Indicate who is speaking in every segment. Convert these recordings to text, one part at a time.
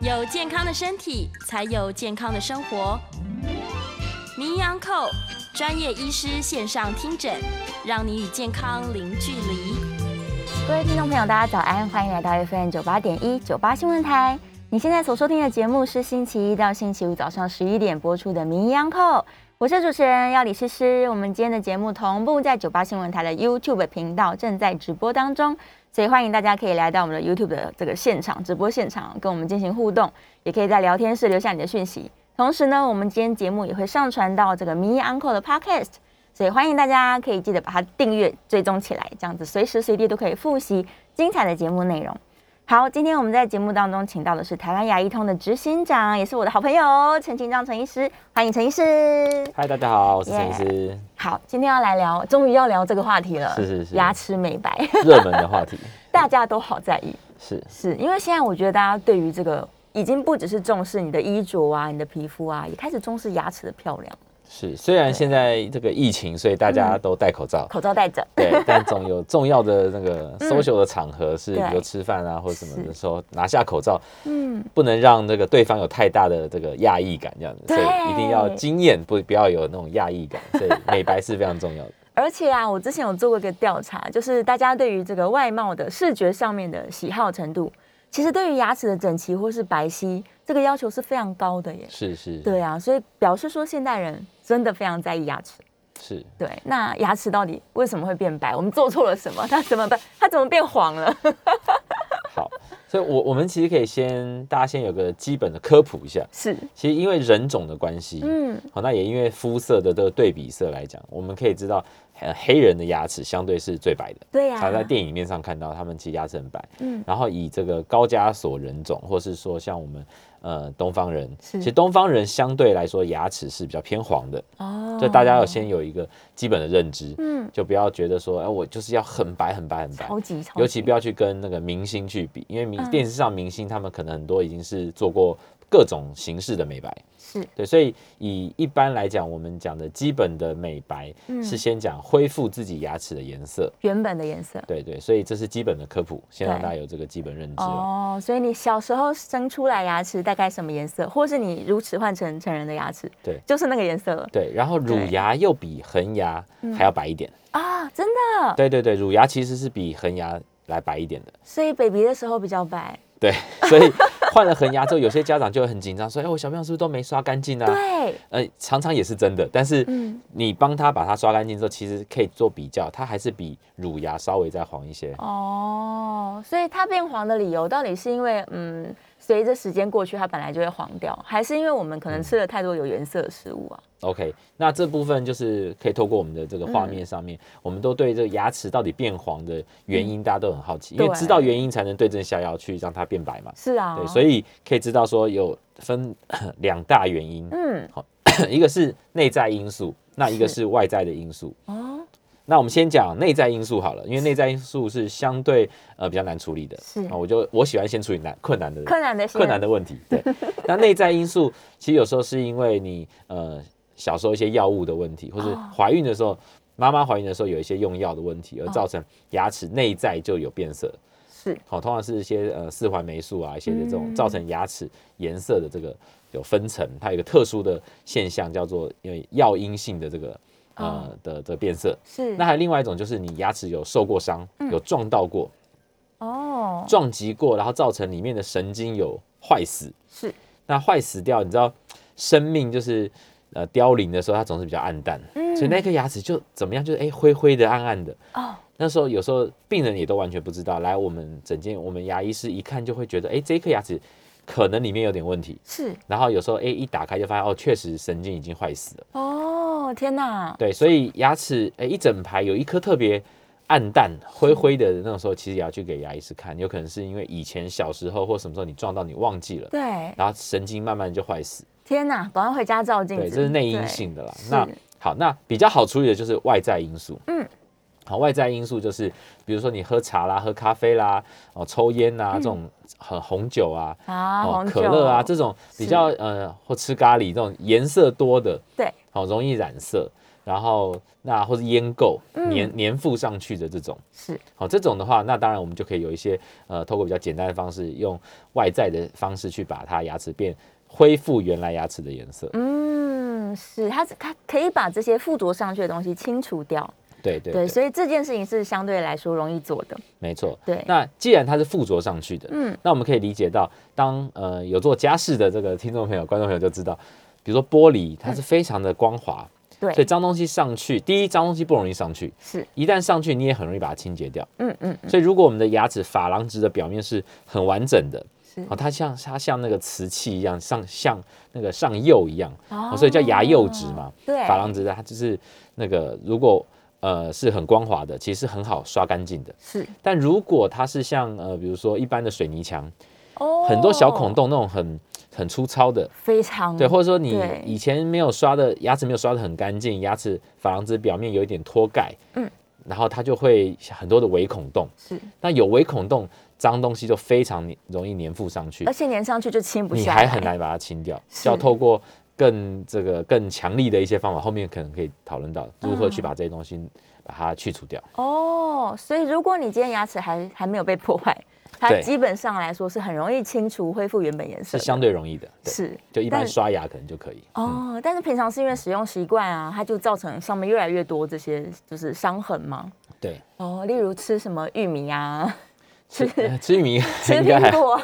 Speaker 1: 有健康的身体，才有健康的生活。名医安扣专业医师线上听诊，让你与健康零距离。
Speaker 2: 各位听众朋友，大家早安，欢迎来到 FM 九八点一九八新闻台。你现在所收听的节目是星期一到星期五早上十一点播出的《名医央叩》，我是主持人要李诗诗。我们今天的节目同步在九八新闻台的 YouTube 频道正在直播当中，所以欢迎大家可以来到我们的 YouTube 的这个现场直播现场，跟我们进行互动，也可以在聊天室留下你的讯息。同时呢，我们今天节目也会上传到这个《名医 Uncle》的 Podcast。所以欢迎大家可以记得把它订阅、追踪起来，这样子随时随地都可以复习精彩的节目内容。好，今天我们在节目当中请到的是台湾牙医通的执行长，也是我的好朋友陈清章陈医师，欢迎陈医师。
Speaker 3: 嗨，大家好，我是陈医
Speaker 2: Yeah
Speaker 3: 师，
Speaker 2: 好，今天要来聊，终于要聊这个话题了，
Speaker 3: 是是是
Speaker 2: 牙齿美白，
Speaker 3: 热门的话题
Speaker 2: 大家都好在意，
Speaker 3: 是
Speaker 2: 是因为现在我觉得大家对于这个已经不只是重视你的衣着啊、你的皮肤啊，也开始重视牙齿的漂亮，
Speaker 3: 是，虽然现在这个疫情，所以大
Speaker 2: 嗯
Speaker 3: 家都戴口罩，
Speaker 2: 口罩戴着，
Speaker 3: 对， 但总有重要的那个 social 的场合是，
Speaker 2: 嗯对
Speaker 3: 比如吃饭啊或者什么
Speaker 2: 是
Speaker 3: 的时候拿下口罩，
Speaker 2: 嗯，
Speaker 3: 不能让那个对方有太大的这个压抑感，这样子，所以一定要
Speaker 2: 对
Speaker 3: 惊艳，不不要有那种压 抑感，所以美白是非常重要的。
Speaker 2: 而且啊，我之前有做过一个调查，就是大家对于这个外貌的视觉上面的喜好程度，其实对于牙齿的整齐或是白皙，这个要求是非常高的耶。
Speaker 3: 是是
Speaker 2: 对啊，所以表示说现代人真的非常在意牙齿。
Speaker 3: 是，
Speaker 2: 对，那牙齿到底为什么会变白？我们做错了什么？它怎么办？它怎么变黄 了？
Speaker 3: 好，所以我我们其实可以先大家先有个基本的科普一下，
Speaker 2: 是，
Speaker 3: 其实因为人种的关系，
Speaker 2: 嗯，
Speaker 3: 好，那也因为肤色的这个对比色来讲，我们可以知道，呃，黑人的牙齿相对是最白的。
Speaker 2: 对呀、啊
Speaker 3: 常在电影面上看到，他们其实牙齿很白。
Speaker 2: 嗯
Speaker 3: 然后以这个高加索人种，或是说像我们呃东方人，
Speaker 2: 是
Speaker 3: 其实东方人相对来说牙齿是比较偏黄的，
Speaker 2: 哦
Speaker 3: 所以大家要先有一个基本的认知，
Speaker 2: 嗯，
Speaker 3: 就不要觉得说，哎、我就是要很白很白很白。
Speaker 2: 超级超级，
Speaker 3: 尤其不要去跟那个明星去比，因为明
Speaker 2: 嗯
Speaker 3: 电视上明星他们可能很多已经是做过各种形式的美白，
Speaker 2: 是
Speaker 3: 对，所以以一般来讲，我们讲的基本的美白
Speaker 2: 嗯
Speaker 3: 是先讲恢复自己牙齿的颜色，
Speaker 2: 原本的颜色。
Speaker 3: 对对，所以这是基本的科普，先让
Speaker 2: 对
Speaker 3: 大家有这个基本认知了。
Speaker 2: 哦，所以你小时候生出来牙齿大概什么颜色，或是你乳齿换成成人的牙齿，
Speaker 3: 对
Speaker 2: 就是那个颜色了
Speaker 3: 对，然后乳
Speaker 2: 对嗯
Speaker 3: 牙又比恒牙还要白一点，
Speaker 2: 啊，真的。
Speaker 3: 对对对，乳牙其实是比恒牙来白一点的，
Speaker 2: 所以 baby 的时候比较白，
Speaker 3: 对，所以换了恒牙之后，有些家长就会很紧张，说，哎，我小朋友是不是都没刷干净啊？
Speaker 2: 对，
Speaker 3: 呃，常常也是真的，但是
Speaker 2: 嗯
Speaker 3: 你帮他把它刷干净之后，其实可以做比较，它还是比乳牙稍微再黄一些。
Speaker 2: 哦，所以它变黄的理由到底是因为嗯，随着时间过去它本来就会黄掉，还是因为我们可能吃了太多有颜色的食物啊？
Speaker 3: OK，那这部分就是可以透过我们的这个画面上面，
Speaker 2: 嗯
Speaker 3: 我们都对这个牙齿到底变黄的原因，大家都很好奇，因为
Speaker 2: 对
Speaker 3: 知道原因才能对症下药去让它变白嘛。
Speaker 2: 是啊，
Speaker 3: 嗯对，所以可以知道说有分 两大原因，
Speaker 2: 嗯
Speaker 3: 一个是内在因素，那一个
Speaker 2: 是
Speaker 3: 是外在的因素。
Speaker 2: 哦
Speaker 3: 那我们先讲内在因素好了，因为内在因素是相对呃比较难处理的。
Speaker 2: 是
Speaker 3: 啊，我就我喜欢先处理难困难的
Speaker 2: 困难的
Speaker 3: 困难
Speaker 2: 的
Speaker 3: 的问题。对，那内在因素其实有时候是因为你呃小时候一些药物的问题，或是
Speaker 2: 哦
Speaker 3: 怀孕的时候，妈妈怀孕的时候有一些用药的问题，而造成牙齿内在就有变色。
Speaker 2: 是
Speaker 3: 好、通常是一些呃四环霉素啊，一些的这种
Speaker 2: 嗯
Speaker 3: 造成牙齿颜色的这个有分层，它有一个特殊的现象叫做因为药因性的这个呃的的变色。
Speaker 2: 哦是嗯
Speaker 3: 那还有另外一种就是你牙齿有受过伤，有撞到过、
Speaker 2: 哦
Speaker 3: 撞击过，然后造成里面的神经有坏死，
Speaker 2: 是
Speaker 3: 那坏死掉，你知道，生命就是呃凋零的时候，它总是比较暗淡，
Speaker 2: 嗯
Speaker 3: 所以那颗牙齿就怎么样，就是哎、灰灰的、暗暗的。
Speaker 2: 哦
Speaker 3: 那时候有时候病人也都完全不知道，来我们诊间，我们牙医师一看就会觉得，哎、这一颗牙齿可能里面有点问题。
Speaker 2: 是
Speaker 3: 然后有时候哎、一打开就发现哦，确实神经已经坏死了。
Speaker 2: 哦天哪，
Speaker 3: 对，所以牙齿哎、一整排有一颗特别。暗淡灰灰的那种时候，其实也要去给牙医师看，有可能是因为以前小时候或什么时候你撞到，你忘记了，
Speaker 2: 对
Speaker 3: 然后神经慢慢就坏死。
Speaker 2: 天哪，赶快回家照镜子，
Speaker 3: 对，这是内因
Speaker 2: 对
Speaker 3: 性的啦。
Speaker 2: 是
Speaker 3: 那好，那比较好处理的就是外在因素。
Speaker 2: 嗯，
Speaker 3: 好，外在因素就是比如说你喝茶啦、喝咖啡啦、哦抽烟呐、这种很红酒啊、
Speaker 2: 嗯啊，
Speaker 3: 哦
Speaker 2: 红酒
Speaker 3: 可乐啊这种比
Speaker 2: 是
Speaker 3: 较呃或吃咖喱这种颜色多的，
Speaker 2: 对
Speaker 3: 好、容易染色。然后那或是烟垢
Speaker 2: 嗯
Speaker 3: 粘粘附上去的这种，
Speaker 2: 是
Speaker 3: 好、这种的话，那当然我们就可以有一些呃，透过比较简单的方式，用外在的方式去把它牙齿变恢复原来牙齿的颜色。
Speaker 2: 嗯是，它它可以把这些附着上去的东西清除掉，
Speaker 3: 对对
Speaker 2: 对，
Speaker 3: 对，
Speaker 2: 所以这件事情是相对来说容易做的，
Speaker 3: 没错。
Speaker 2: 对，
Speaker 3: 那既然它是附着上去的，
Speaker 2: 嗯
Speaker 3: 那我们可以理解到，当呃有做家事的这个听众朋友、观众朋友就知道，比如说玻璃，它是非常的光滑，
Speaker 2: 嗯对
Speaker 3: 所以脏东西上去，第一脏东西不容易上去，
Speaker 2: 是，
Speaker 3: 一旦上去你也很容易把它清洁掉。
Speaker 2: 嗯嗯嗯
Speaker 3: 所以如果我们的牙齿珐琅质的表面是很完整的，
Speaker 2: 是
Speaker 3: 哦，，它像它像那个瓷器一样，上像那个上釉一样，
Speaker 2: 哦
Speaker 3: 哦，所以叫牙釉质嘛。
Speaker 2: 对
Speaker 3: 珐琅质它就是那个如果呃是很光滑的，其实很好刷干净的。
Speaker 2: 是
Speaker 3: 但如果它是像呃比如说一般的水泥墙，
Speaker 2: 哦
Speaker 3: 很多小孔，洞那种很很粗糙的，
Speaker 2: 非常
Speaker 3: 对，或者说你
Speaker 2: 哦对
Speaker 3: 以前没有刷的牙齿没有刷的很干净，牙齿珐琅质表面有一点脱钙，
Speaker 2: 嗯，
Speaker 3: 然后它就会很多的微孔洞。
Speaker 2: 是，
Speaker 3: 那有微孔洞，脏东西就非常粘容易粘附上去
Speaker 2: 而，且粘上去就清不
Speaker 3: 你
Speaker 2: 下
Speaker 3: 还很
Speaker 2: 来
Speaker 3: 难把它清掉，
Speaker 2: 是
Speaker 3: 就要透过更这个更强力的一些方法，后面可能可以讨论到如何
Speaker 2: 嗯
Speaker 3: 去把这些东西把它去除掉。
Speaker 2: 哦。所以如果你今天牙齿还还没有被破坏，它
Speaker 3: 对
Speaker 2: 基本上来说是很容易清除、恢复原本颜色
Speaker 3: 是
Speaker 2: 的，
Speaker 3: 相对容易的，对，
Speaker 2: 是
Speaker 3: 就一
Speaker 2: 但
Speaker 3: 般刷牙可能就可以。
Speaker 2: 哦。但是平常是因为使用习惯啊，它就造成上面越来越多这些就是伤痕嘛。
Speaker 3: 对，
Speaker 2: 哦，例如吃什么玉米啊，
Speaker 3: 吃呃吃玉米
Speaker 2: 吃
Speaker 3: 应该还
Speaker 2: 苹果啊，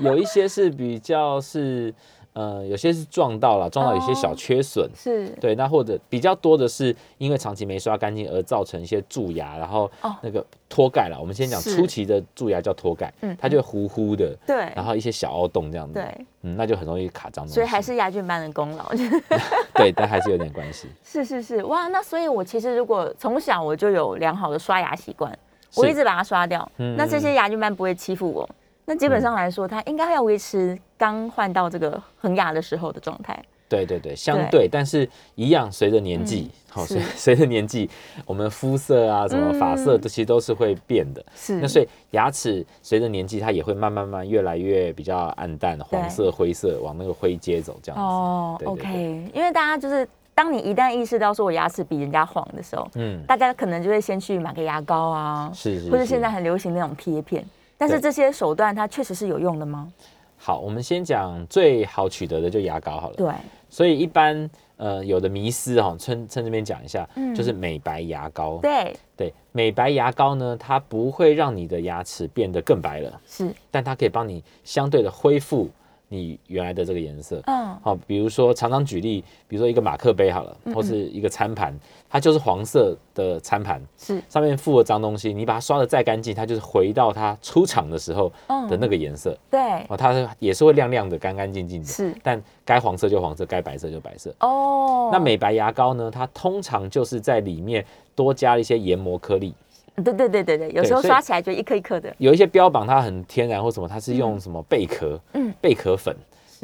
Speaker 3: 有一些是比较是呃，有些是撞到了，撞到有些小
Speaker 2: 哦
Speaker 3: 缺损。
Speaker 2: 是
Speaker 3: 对，那或者比较多的是因为长期没刷干净而造成一些蛀牙，然后
Speaker 2: 哦
Speaker 3: 那个脱钙了。我们先讲
Speaker 2: 是
Speaker 3: 初期的蛀牙叫脱钙，
Speaker 2: 嗯
Speaker 3: 它就会糊糊的，
Speaker 2: 对
Speaker 3: 然后一些小凹洞这样子，
Speaker 2: 对，
Speaker 3: 嗯，那就很容易卡脏东西。
Speaker 2: 所以还是牙菌斑的功劳。
Speaker 3: 对，但还是有点关系。
Speaker 2: 是是是，哇，那所以我其实如果从小我就有良好的刷牙习惯，我一直把它刷掉，
Speaker 3: 嗯
Speaker 2: 那这些牙菌斑不会欺负我。那基本上来说，它应该要维持刚换到这个恒牙的时候的状态。
Speaker 3: 对对对，相对，但是一样，随着年纪，好、
Speaker 2: 嗯是
Speaker 3: 随 随着年纪，我们肤色啊，什么发色，
Speaker 2: 嗯
Speaker 3: 这些都是会变的。
Speaker 2: 是
Speaker 3: 那所以牙齿随着年纪，它也会慢慢慢越来越比较暗淡，黄色、灰色，往那个灰阶走这样子。
Speaker 2: 哦
Speaker 3: 对对
Speaker 2: o
Speaker 3: 对
Speaker 2: k 因为大家就是当你一旦意识到说我牙齿比人家黄的时候，
Speaker 3: 嗯，
Speaker 2: 大家可能就会先去买个牙膏啊，
Speaker 3: 是是
Speaker 2: 或者
Speaker 3: 是
Speaker 2: 现在很流行那种贴片。但是
Speaker 3: 对
Speaker 2: 这些手段它确实是有用的吗？
Speaker 3: 好，我们先讲最好取得的就牙膏好了。
Speaker 2: 对，
Speaker 3: 所以一般呃有的迷思哈、哦，趁趁这边讲一下，
Speaker 2: 嗯
Speaker 3: 就是美白牙膏。
Speaker 2: 对，
Speaker 3: 对美白牙膏呢，它不会让你的牙齿变得更白了，
Speaker 2: 是，
Speaker 3: 但它可以帮你相对的恢复你原来的这个颜色。
Speaker 2: 嗯，
Speaker 3: 好、比如说常常举例，比如说一个马克杯好了，或是一个餐盘，它就是黄色的餐盘，
Speaker 2: 是，
Speaker 3: 上面附了脏东西，你把它刷的再干净，它就是回到它出厂的时候
Speaker 2: 嗯
Speaker 3: 的那个颜色。
Speaker 2: 对，
Speaker 3: 哦，它是也是会亮亮的、干干净净的，
Speaker 2: 是
Speaker 3: 但该黄色就黄色，该白色就白色。
Speaker 2: 哦，
Speaker 3: 那美白牙膏呢？它通常就是在里面多加了一些研磨颗粒，
Speaker 2: 对对对对对，有
Speaker 3: 对
Speaker 2: 时候
Speaker 3: 所以
Speaker 2: 刷起来就一颗一颗的，
Speaker 3: 有一些标榜它很天然或什么，它是用什么贝壳，
Speaker 2: 嗯，
Speaker 3: 贝壳粉，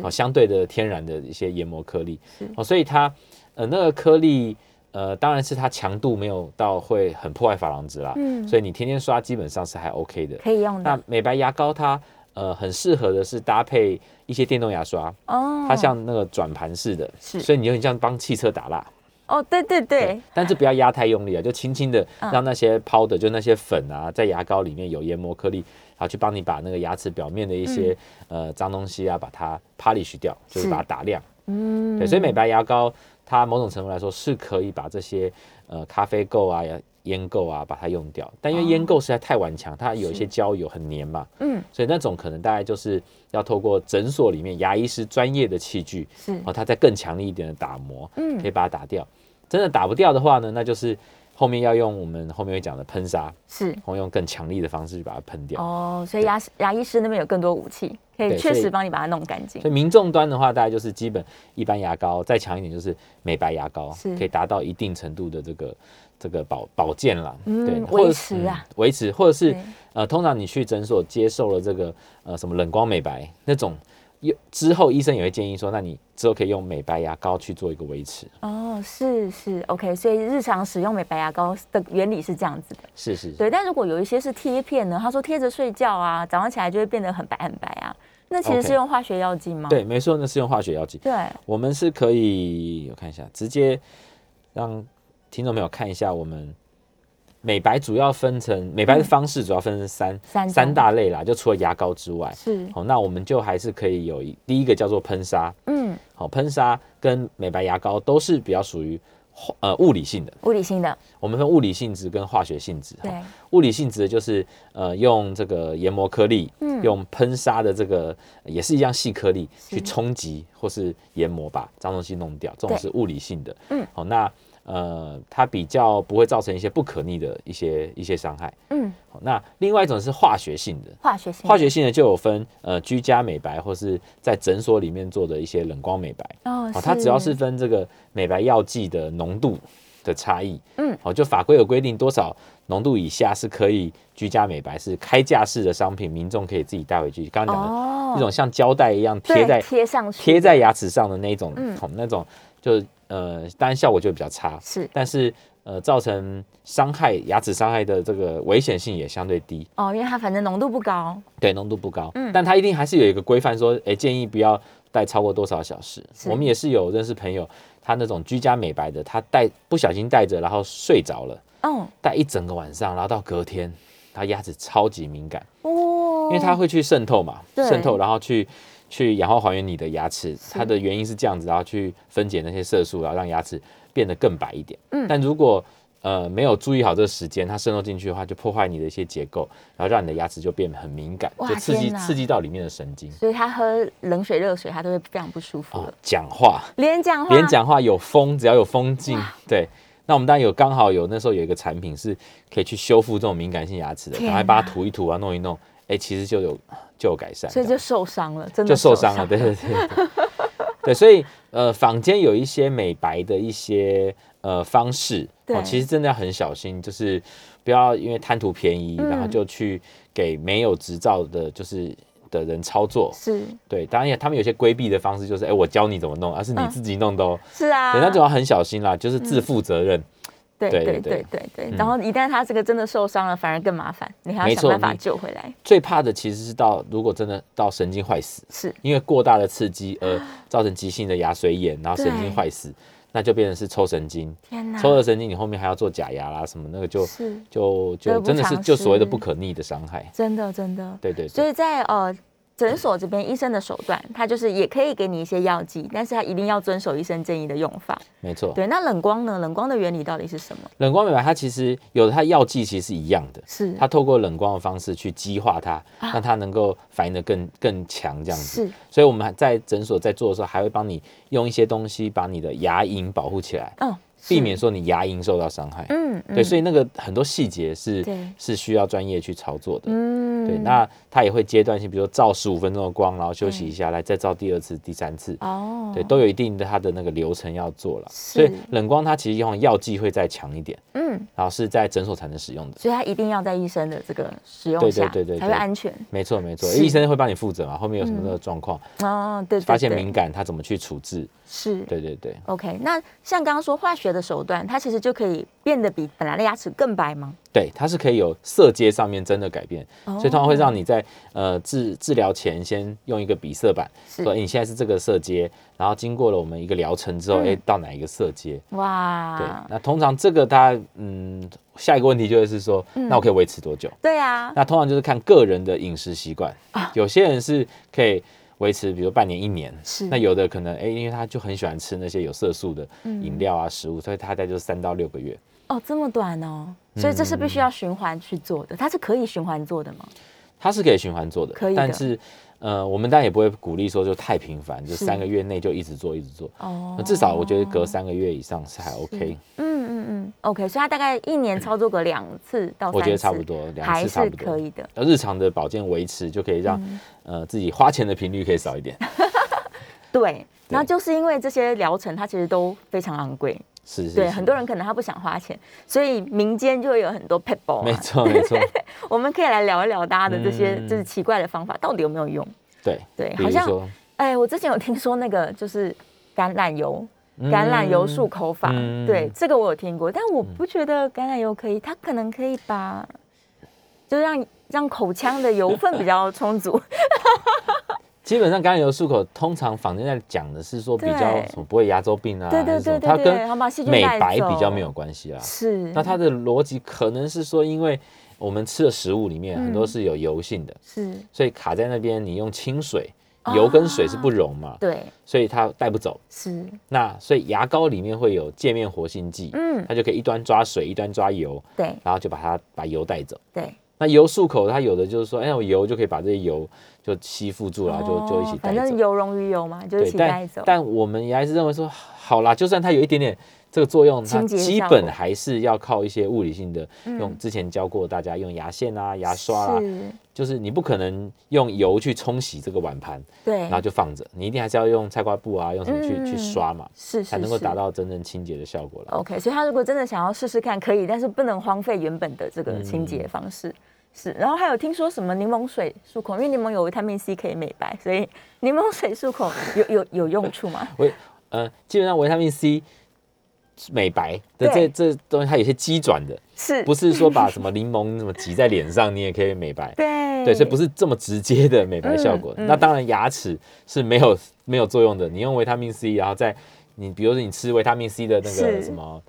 Speaker 3: 哦，相对的天然的一些研磨颗粒，哦，所以它呃那个颗粒。呃，当然是它强度没有到会很破坏珐琅质啦，
Speaker 2: 嗯
Speaker 3: 所以你天天刷基本上是还 OK 的。
Speaker 2: 可以用
Speaker 3: 那
Speaker 2: 的。
Speaker 3: 美白牙膏它呃很适合的是搭配一些电动牙刷，
Speaker 2: 哦
Speaker 3: 它像那个转盘式的，
Speaker 2: 是
Speaker 3: 所以你有点像帮汽车打蜡，
Speaker 2: 哦，对对嗯对，
Speaker 3: 但是不要压太用力啊，就轻轻的让那些抛的，就那些粉啊，在牙膏里面有研磨颗粒，然后去帮你把那个牙齿表面的一些、呃脏东西啊，把它 polish 掉，就是
Speaker 2: 嗯是
Speaker 3: 把它打亮。
Speaker 2: 嗯，
Speaker 3: 对，所以美白牙膏它某种程度来说是可以把这些呃咖啡垢啊、烟垢啊把它用掉，但
Speaker 2: 哦
Speaker 3: 因为烟垢实在太顽强，它有一些胶油很黏嘛，
Speaker 2: 嗯，
Speaker 3: 所以那种可能大概就是要透过诊所里面牙医师专业的器具，
Speaker 2: 是
Speaker 3: 然后哦它再更强力一点的打磨，
Speaker 2: 嗯
Speaker 3: 可以把它打掉。真的打不掉的话呢，那就是后面要用我们后面会讲的喷砂，
Speaker 2: 是
Speaker 3: 然后用更强力的方式去把它喷掉。
Speaker 2: 哦，所以牙牙医师那边有更多武器，可以
Speaker 3: 对
Speaker 2: 确
Speaker 3: 所
Speaker 2: 实
Speaker 3: 以
Speaker 2: 帮你把它弄干净
Speaker 3: 所。以民众端的话，大概就是基本一般牙膏，再强一点就是美白牙膏
Speaker 2: 是，
Speaker 3: 可以达到一定程度的这个这个保保健啦，
Speaker 2: 嗯
Speaker 3: 对，
Speaker 2: 维
Speaker 3: 或者
Speaker 2: 持啊，
Speaker 3: 嗯维持，或者是
Speaker 2: 对
Speaker 3: 呃，通常你去诊所接受了这个呃什么冷光美白那种，又之后医生也会建议说，那你之后可以用美白牙膏去做一个维持，
Speaker 2: 哦，是是，OK，所以日常使用美白牙膏的原理是这样子的。
Speaker 3: 是是，
Speaker 2: 对，但如果有一些是贴片呢，他说贴着睡觉啊，早上起来就会变得很白很白啊。那其实是用化学药剂吗？
Speaker 3: 对，没错，那是用化学药剂。
Speaker 2: 对，
Speaker 3: 我们是可以，我看一下，直接让听众朋友看一下我们。美白主要分成美白的方式主要分成三、
Speaker 2: 嗯三大
Speaker 3: 三大类啦，就除了牙膏之外，
Speaker 2: 是
Speaker 3: 好、那我们就还是可以有一第一个叫做喷砂，
Speaker 2: 嗯，
Speaker 3: 好、喷砂跟美白牙膏都是比较属于化呃物理性的，
Speaker 2: 物理性的，
Speaker 3: 我们分物理性质跟化学性质。
Speaker 2: 对，
Speaker 3: 物理性质的就是呃用这个研磨颗粒，
Speaker 2: 嗯
Speaker 3: 用喷砂的这个也是一样细颗粒
Speaker 2: 是
Speaker 3: 去冲击或是研磨把脏东西弄掉，这种
Speaker 2: 对
Speaker 3: 是物理性的。
Speaker 2: 嗯，
Speaker 3: 好、那呃它比较不会造成一些不可逆的一些一些伤害。
Speaker 2: 嗯，
Speaker 3: 好，那另外一种是化学性的。
Speaker 2: 化学性的，
Speaker 3: 化学性的就有分，呃，居家美白或是在诊所里面做的一些冷光美白，
Speaker 2: 哦
Speaker 3: 哦，它只要是分这个美白药剂的浓度的差异，
Speaker 2: 嗯，
Speaker 3: 哦，就法规有规定多少浓度以下是可以居家美白，是开架式的商品，民众可以自己带回去。刚刚讲的
Speaker 2: 哦
Speaker 3: 那种像胶带一样贴
Speaker 2: 对
Speaker 3: 在
Speaker 2: 贴上去，
Speaker 3: 贴在牙齿上的那一种，
Speaker 2: 嗯
Speaker 3: 哦，那种就呃，当然效果就会比较差，
Speaker 2: 是
Speaker 3: 但是呃，造成伤害牙齿伤害的这个危险性也相对低，
Speaker 2: 哦，因为它反正浓度不高，
Speaker 3: 对，浓度不高，
Speaker 2: 嗯
Speaker 3: 但它一定还是有一个规范说，诶，建议不要戴超过多少小时。
Speaker 2: 是
Speaker 3: 我们也是有认识朋友，他那种居家美白的，他戴不小心戴着，然后睡着了，
Speaker 2: 嗯，
Speaker 3: 戴一整个晚上，然后到隔天，他牙齿超级敏感，
Speaker 2: 哦，
Speaker 3: 因为它会去渗透嘛，
Speaker 2: 对
Speaker 3: 渗透，然后去去氧化还原你的牙齿，它的原因是这样子，然后去分解那些色素，然后让牙齿变得更白一点。
Speaker 2: 嗯
Speaker 3: 但如果呃没有注意好这个时间，它渗透进去的话，就破坏你的一些结构，然后让你的牙齿就变得很敏感，
Speaker 2: 哇
Speaker 3: 就刺激
Speaker 2: 天哪
Speaker 3: 刺激到里面的神经。
Speaker 2: 所以他喝冷水、热水，他都会非常不舒服
Speaker 3: 哦
Speaker 2: 了，，
Speaker 3: 讲话
Speaker 2: 连讲话，
Speaker 3: 连，讲话有风，只要有风镜，对。那我们当然有，刚好有那时候有一个产品是可以去修复这种敏感性牙齿的，
Speaker 2: 天
Speaker 3: 赶
Speaker 2: 哪
Speaker 3: 快把它涂一涂啊，弄一弄，哎、其实就有就有改善。
Speaker 2: 所以
Speaker 3: 这样
Speaker 2: 就受伤了，真的
Speaker 3: 就受伤了，对对对对 对，所以呃，坊间有一些美白的一些呃方式，
Speaker 2: 对
Speaker 3: 其实真的要很小心，就是不要因为贪图便宜，
Speaker 2: 嗯
Speaker 3: 然后就去给没有执照的，就是的人操作。
Speaker 2: 是
Speaker 3: 对，当然也他们有些规避的方式，就是哎、我教你怎么弄，而、是你
Speaker 2: 嗯
Speaker 3: 自己弄的哦。
Speaker 2: 是啊，嗯
Speaker 3: 对，那就要很小心啦，就是自负责任。
Speaker 2: 对
Speaker 3: 对
Speaker 2: 对
Speaker 3: 对
Speaker 2: 对对对，
Speaker 3: 嗯
Speaker 2: 然后一旦他这个真的受伤了，反而更麻烦，你还要
Speaker 3: 没
Speaker 2: 想
Speaker 3: 错
Speaker 2: 办法
Speaker 3: 你
Speaker 2: 救回来，
Speaker 3: 最怕的其实是到如果真的到神经坏死，
Speaker 2: 是
Speaker 3: 因为过大的刺激而造成急性的牙髓炎，然后神
Speaker 2: 对
Speaker 3: 经坏死，那就变成是抽神经。
Speaker 2: 天哪，
Speaker 3: 抽了神经，你后面还要做假牙啦什么，那个就是就
Speaker 2: 得
Speaker 3: 就
Speaker 2: 不
Speaker 3: 真的
Speaker 2: 偿
Speaker 3: 是就所谓的
Speaker 2: 失
Speaker 3: 不可逆的伤害。
Speaker 2: 真的真的，
Speaker 3: 对对
Speaker 2: 所
Speaker 3: 对，
Speaker 2: 以在呃诊所这边，医生的手段，他就是也可以给你一些药剂，但是他一定要遵守医生建议的用法。
Speaker 3: 没错。
Speaker 2: 对，那冷光呢？冷光的原理到底是什么？
Speaker 3: 冷光美白它其实有的它药剂其实是一样的，
Speaker 2: 是
Speaker 3: 它透过冷光的方式去激化它，
Speaker 2: 啊
Speaker 3: 让它能够反应的更更强这样子。
Speaker 2: 嗯是
Speaker 3: 所以我们还在诊所在做的时候，还会帮你用一些东西把你的牙龈保护起来，
Speaker 2: 哦，
Speaker 3: 避
Speaker 2: 是
Speaker 3: 免说你牙龈受到伤害。
Speaker 2: 嗯
Speaker 3: 对，所
Speaker 2: 以
Speaker 3: 以那个很多细节是
Speaker 2: 对
Speaker 3: 是需要专业去操作的。
Speaker 2: 嗯
Speaker 3: 对，那它也会阶段性，比如说照十五分钟的光，然后休息一下，来再照第二次、第三次，
Speaker 2: 哦
Speaker 3: 对，都有一定的它的那个流程要做了。
Speaker 2: 是
Speaker 3: 所以冷光它其实用的药剂会再强一点，
Speaker 2: 嗯，
Speaker 3: 然后是在诊所才能使用的。
Speaker 2: 所以他一定要在医生的这个使用
Speaker 3: 对对
Speaker 2: 下
Speaker 3: 对对
Speaker 2: 才
Speaker 3: 对
Speaker 2: 会安全
Speaker 3: 没错没错，
Speaker 2: 是嗯
Speaker 3: 医生会帮你负责嘛，后面有什么的状况，
Speaker 2: 哦，对对对，
Speaker 3: 发现敏感它怎么去处置？
Speaker 2: 是。
Speaker 3: 对对对，
Speaker 2: OK，那像刚刚说化学的手段，它其实就可以变得比本来的牙齿更白吗？
Speaker 3: 对，它是可以有色阶上面真的改变，
Speaker 2: 哦
Speaker 3: 所以通常会让你在呃治治疗前先用一个比色板，
Speaker 2: 是
Speaker 3: 说诶你现在是这个色阶，然后经过了我们一个疗程之后，
Speaker 2: 嗯
Speaker 3: 哎、到哪一个色阶？对
Speaker 2: 哇，，
Speaker 3: 那通常这个它嗯，下一个问题就会是说，那我可以维持多久？
Speaker 2: 对嗯啊，
Speaker 3: 那通常就是看个人的饮食习惯，有些人是可以维持，比如半年、一年。
Speaker 2: 是
Speaker 3: 那有的可能哎、因为他就很喜欢吃那些有色素的
Speaker 2: 嗯
Speaker 3: 饮料啊、食物，所以他大概就三到六个月。
Speaker 2: 哦，这么短哦，所以这是必
Speaker 3: 嗯
Speaker 2: 须要循环去做的，它是可以循环做的吗？
Speaker 3: 它是可以循环做的，
Speaker 2: 可以的
Speaker 3: 但是呃，我们当然也不会鼓励说就太频繁，就是三个月内就一直做一直做。
Speaker 2: 哦
Speaker 3: 那至少我觉得隔三个月以上是还 OK，
Speaker 2: 嗯嗯嗯，OK，所以它大概一年操作个两次到三次，
Speaker 3: 我觉得差不多，两
Speaker 2: 还
Speaker 3: 次差
Speaker 2: 是
Speaker 3: 不多
Speaker 2: 可以的。
Speaker 3: 日常的保健维持就可以让、
Speaker 2: 嗯
Speaker 3: 呃自己花钱的频率可以少 一点。
Speaker 2: 对，那就是因为这些疗程它其实都非常昂贵，
Speaker 3: 是是是，
Speaker 2: 对，很多人可能他不想花钱，所以民间就会有很多 p e b b
Speaker 3: 没
Speaker 2: l
Speaker 3: 错没 错，
Speaker 2: 我们可以来聊一聊大家的这些
Speaker 3: 嗯
Speaker 2: 就是奇怪的方法到底有没有用？
Speaker 3: 对
Speaker 2: 对好
Speaker 3: 比如
Speaker 2: 像
Speaker 3: 说
Speaker 2: 哎，我之前有听说那个就是橄榄油，橄榄油漱口法，
Speaker 3: 嗯
Speaker 2: 对这个我有听过，但我不觉得橄榄油可以，它可能可以把， 就让让口腔的油分比较充足，
Speaker 3: 基本上橄榄油漱口，通常坊间在讲的是说比较
Speaker 2: 对
Speaker 3: 什么不会牙周病啊，
Speaker 2: 对对
Speaker 3: 还是什么
Speaker 2: 对对
Speaker 3: 它
Speaker 2: 对好把细菌
Speaker 3: 跟美
Speaker 2: 带
Speaker 3: 白比较
Speaker 2: 走
Speaker 3: 没有关系啦。
Speaker 2: 是，
Speaker 3: 那它的逻辑可能是说，因为我们吃的食物里面很多
Speaker 2: 嗯
Speaker 3: 是有油性的，
Speaker 2: 是
Speaker 3: 所以卡在那边，你用清水，
Speaker 2: 啊
Speaker 3: 油跟水是不溶嘛，
Speaker 2: 对
Speaker 3: 所以它带不走。
Speaker 2: 是，
Speaker 3: 那所以牙膏里面会有界面活性剂，
Speaker 2: 嗯
Speaker 3: 它就可以一端抓水，一端抓油，
Speaker 2: 对
Speaker 3: 然后就把它把油带走。
Speaker 2: 对，
Speaker 3: 那油漱口，它有的就是说，哎，我油就可以把这些油就吸附住了，就就一起
Speaker 2: 哦
Speaker 3: 带
Speaker 2: 反正
Speaker 3: 走。
Speaker 2: 油溶于油嘛，就一
Speaker 3: 对，
Speaker 2: 起带
Speaker 3: 但
Speaker 2: 走。
Speaker 3: 但我们也还是认为说，好啦，就算它有一点点这个作用，它
Speaker 2: 清洁的
Speaker 3: 基
Speaker 2: 效
Speaker 3: 本
Speaker 2: 果
Speaker 3: 还是要靠一些物理性的，
Speaker 2: 嗯
Speaker 3: 用之前教过大家用牙线啊、牙刷啊，
Speaker 2: 是，
Speaker 3: 就是你不可能用油去冲洗这个碗盘，
Speaker 2: 对
Speaker 3: 然，后就放着，你一定还是要用菜瓜布啊，用什么去、
Speaker 2: 哎嗯
Speaker 3: 去刷嘛，
Speaker 2: 是
Speaker 3: 才
Speaker 2: 是
Speaker 3: 能够
Speaker 2: 是哦
Speaker 3: 达。到真正清洁的效果了。
Speaker 2: OK，所以他如果真的想要试试看，可以，但是不能荒废原本的这个清洁方式。是，然后还有听说什么柠檬水漱口，因为柠檬有维他命 C 可以美白，所以柠檬水漱口有有有用处吗？
Speaker 3: 维呃，基本上维他命 C 美白的这
Speaker 2: 对
Speaker 3: 这东西，它有些机转的，
Speaker 2: 是，
Speaker 3: 不
Speaker 2: 是？
Speaker 3: 是说把什么柠檬什么挤在脸上，你也可以美白。
Speaker 2: 对，
Speaker 3: 对，所以不是这么直接的美白效果。
Speaker 2: 嗯嗯
Speaker 3: 那当然，牙齿是没有没有作用的。你用维他命 C，然后再你比如说你吃维他命 C 的那
Speaker 2: 是哦
Speaker 3: 个什么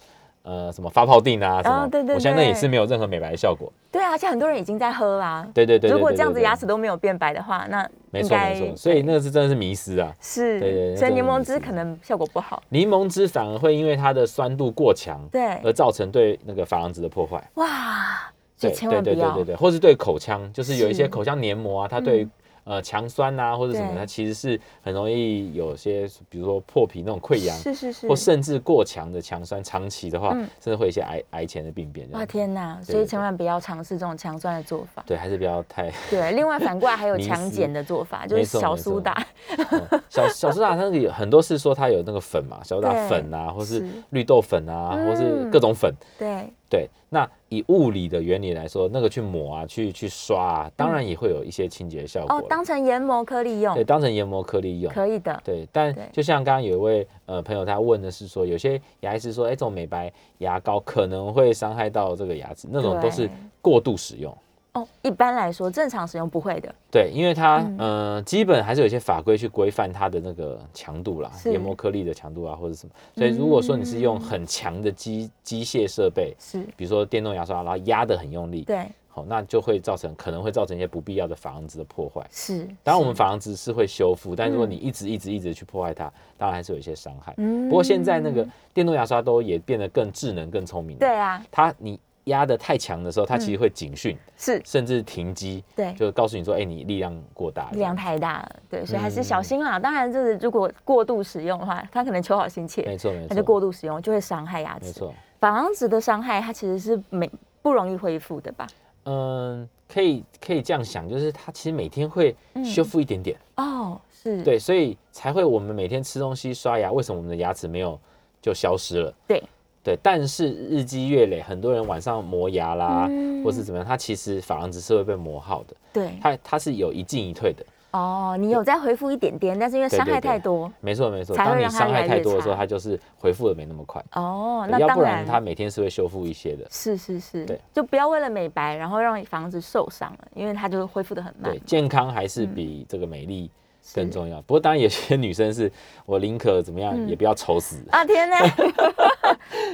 Speaker 3: 呃什么发泡定啊什么，
Speaker 2: 对对
Speaker 3: 我相信那也
Speaker 2: 对
Speaker 3: 是没有任何美白效果。
Speaker 2: 对啊，而且很多人已经在喝啦。
Speaker 3: 对对对对
Speaker 2: 如果
Speaker 3: 对
Speaker 2: 这样
Speaker 3: 对
Speaker 2: 子
Speaker 3: 对
Speaker 2: 牙齿都没有变白的话，那
Speaker 3: 没
Speaker 2: 应
Speaker 3: 错
Speaker 2: 该
Speaker 3: 没错，所以那个是真的是迷失啊。
Speaker 2: 是，
Speaker 3: 对对对
Speaker 2: 所以
Speaker 3: 这个
Speaker 2: 柠
Speaker 3: 我
Speaker 2: 檬
Speaker 3: 们
Speaker 2: 汁
Speaker 3: 是
Speaker 2: 可能效果不好。
Speaker 3: 柠檬汁反而会因为它的酸度过强，
Speaker 2: 对
Speaker 3: 而造成对那个珐琅质的破坏。
Speaker 2: 哇，所
Speaker 3: 对
Speaker 2: 以千
Speaker 3: 对
Speaker 2: 万不
Speaker 3: 对对
Speaker 2: 要
Speaker 3: 对。对，或是对口腔，就是有一
Speaker 2: 是嗯
Speaker 3: 些口腔黏膜啊，它对于、呃强酸啊或者什么，
Speaker 2: 对
Speaker 3: 它其实是很容易有些比如说破皮那种溃疡，
Speaker 2: 是是是，
Speaker 3: 或甚至过强的强酸，长期的话，
Speaker 2: 嗯
Speaker 3: 甚至会有一些癌癌前的病变。这
Speaker 2: 哇
Speaker 3: 样
Speaker 2: 天哪！
Speaker 3: 对
Speaker 2: 所以
Speaker 3: 对
Speaker 2: 千万不要尝试这种强酸的做法。
Speaker 3: 对，还是不要太、
Speaker 2: 对，另外反过来还有
Speaker 3: 迷
Speaker 2: 强
Speaker 3: 思
Speaker 2: 碱的做法，就是
Speaker 3: 没错
Speaker 2: 小
Speaker 3: 没
Speaker 2: 苏
Speaker 3: 错
Speaker 2: 打，
Speaker 3: 嗯小小苏打，它有很多是说它有那个粉嘛，小苏打
Speaker 2: 对
Speaker 3: 粉啊，或是
Speaker 2: 是嗯
Speaker 3: 绿豆粉啊，或是各种粉。
Speaker 2: 对，
Speaker 3: 对，那以物理的原理来说，那个去抹啊，去去刷啊，当然也会有一些清洁效
Speaker 2: 嗯
Speaker 3: 果
Speaker 2: 哦
Speaker 3: 啦、，
Speaker 2: 当成研磨颗粒用
Speaker 3: 对，，当成研磨颗粒用。
Speaker 2: 可以的，
Speaker 3: 对，但
Speaker 2: 对
Speaker 3: 就像刚刚有一位呃朋友，他问的是说，有些牙医师说，哎、这种美白牙膏可能会伤害到这个牙齿，那种都是
Speaker 2: 对
Speaker 3: 过度使用。
Speaker 2: 哦，一般来说正常使用不会的，
Speaker 3: 对，因为它
Speaker 2: 嗯
Speaker 3: 呃，基本还是有一些法规去规范它的那个强度啦，
Speaker 2: 是嗯
Speaker 3: 研磨颗粒的强度啊，或者什么。所以如果说你是用很强的机机械设备，
Speaker 2: 是，
Speaker 3: 比如说电动牙刷，然后压得很用力，
Speaker 2: 对，
Speaker 3: 好，那就会造成可能会造成一些不必要的珐琅质的破坏。
Speaker 2: 是。
Speaker 3: 当然，我
Speaker 2: 是
Speaker 3: 们珐琅质是会修复，但如果
Speaker 2: 嗯
Speaker 3: 你一直一直一直去破坏它，当然还是有一些伤害。
Speaker 2: 嗯
Speaker 3: 不过现在那个电动牙刷都也变得更智能、更聪明了。
Speaker 2: 对嗯啊，
Speaker 3: 它你压得太强的时候，它其实会警讯，
Speaker 2: 是
Speaker 3: 甚至停机，
Speaker 2: 对。
Speaker 3: 就告诉你说：“哎、你力量过大。”嗯
Speaker 2: 力量太大了，对，所以还是小心啦。当然，就是如果过度使用的话，它可能求好心切
Speaker 3: 没，错没
Speaker 2: 它就过
Speaker 3: 错，
Speaker 2: 度使用就会伤害牙
Speaker 3: 没
Speaker 2: 齿。
Speaker 3: 错。
Speaker 2: 珐琅质的伤害，它其实是没不容易恢复的吧？
Speaker 3: 嗯，可以可以这样想，就是它其实每天会
Speaker 2: 嗯
Speaker 3: 修复一点点，
Speaker 2: 哦，是，
Speaker 3: 对，所以才会我们每天吃东西、刷牙，为什么我们的牙齿没有就消失了？
Speaker 2: 对
Speaker 3: 对，但是日积月累，很多人晚上磨牙啦，
Speaker 2: 嗯
Speaker 3: 或是怎么样，它其实珐琅质是会被磨耗的，
Speaker 2: 对，
Speaker 3: 它它是有一进一退的。
Speaker 2: 哦，你有再恢复一点点，但是因为
Speaker 3: 对
Speaker 2: 伤
Speaker 3: 对
Speaker 2: 害
Speaker 3: 对
Speaker 2: 太多，
Speaker 3: 没错没错，
Speaker 2: 才会
Speaker 3: 当你
Speaker 2: 让它
Speaker 3: 伤
Speaker 2: 越来
Speaker 3: 害太
Speaker 2: 越
Speaker 3: 多的时候，
Speaker 2: 差
Speaker 3: 它就是恢复的没那么快。
Speaker 2: 哦，
Speaker 3: 对
Speaker 2: 那
Speaker 3: 要
Speaker 2: 当
Speaker 3: 不然
Speaker 2: 然，
Speaker 3: 它每天是会修复一些的。
Speaker 2: 是是是，
Speaker 3: 对
Speaker 2: 就不要为了美白，然后让房子受伤了，因为它就恢复的很慢
Speaker 3: 对，。健康还是
Speaker 2: 嗯
Speaker 3: 比这个美丽更重要。不过当然有些女生是我宁可怎么样，也不要丑死。
Speaker 2: 啊天 哪！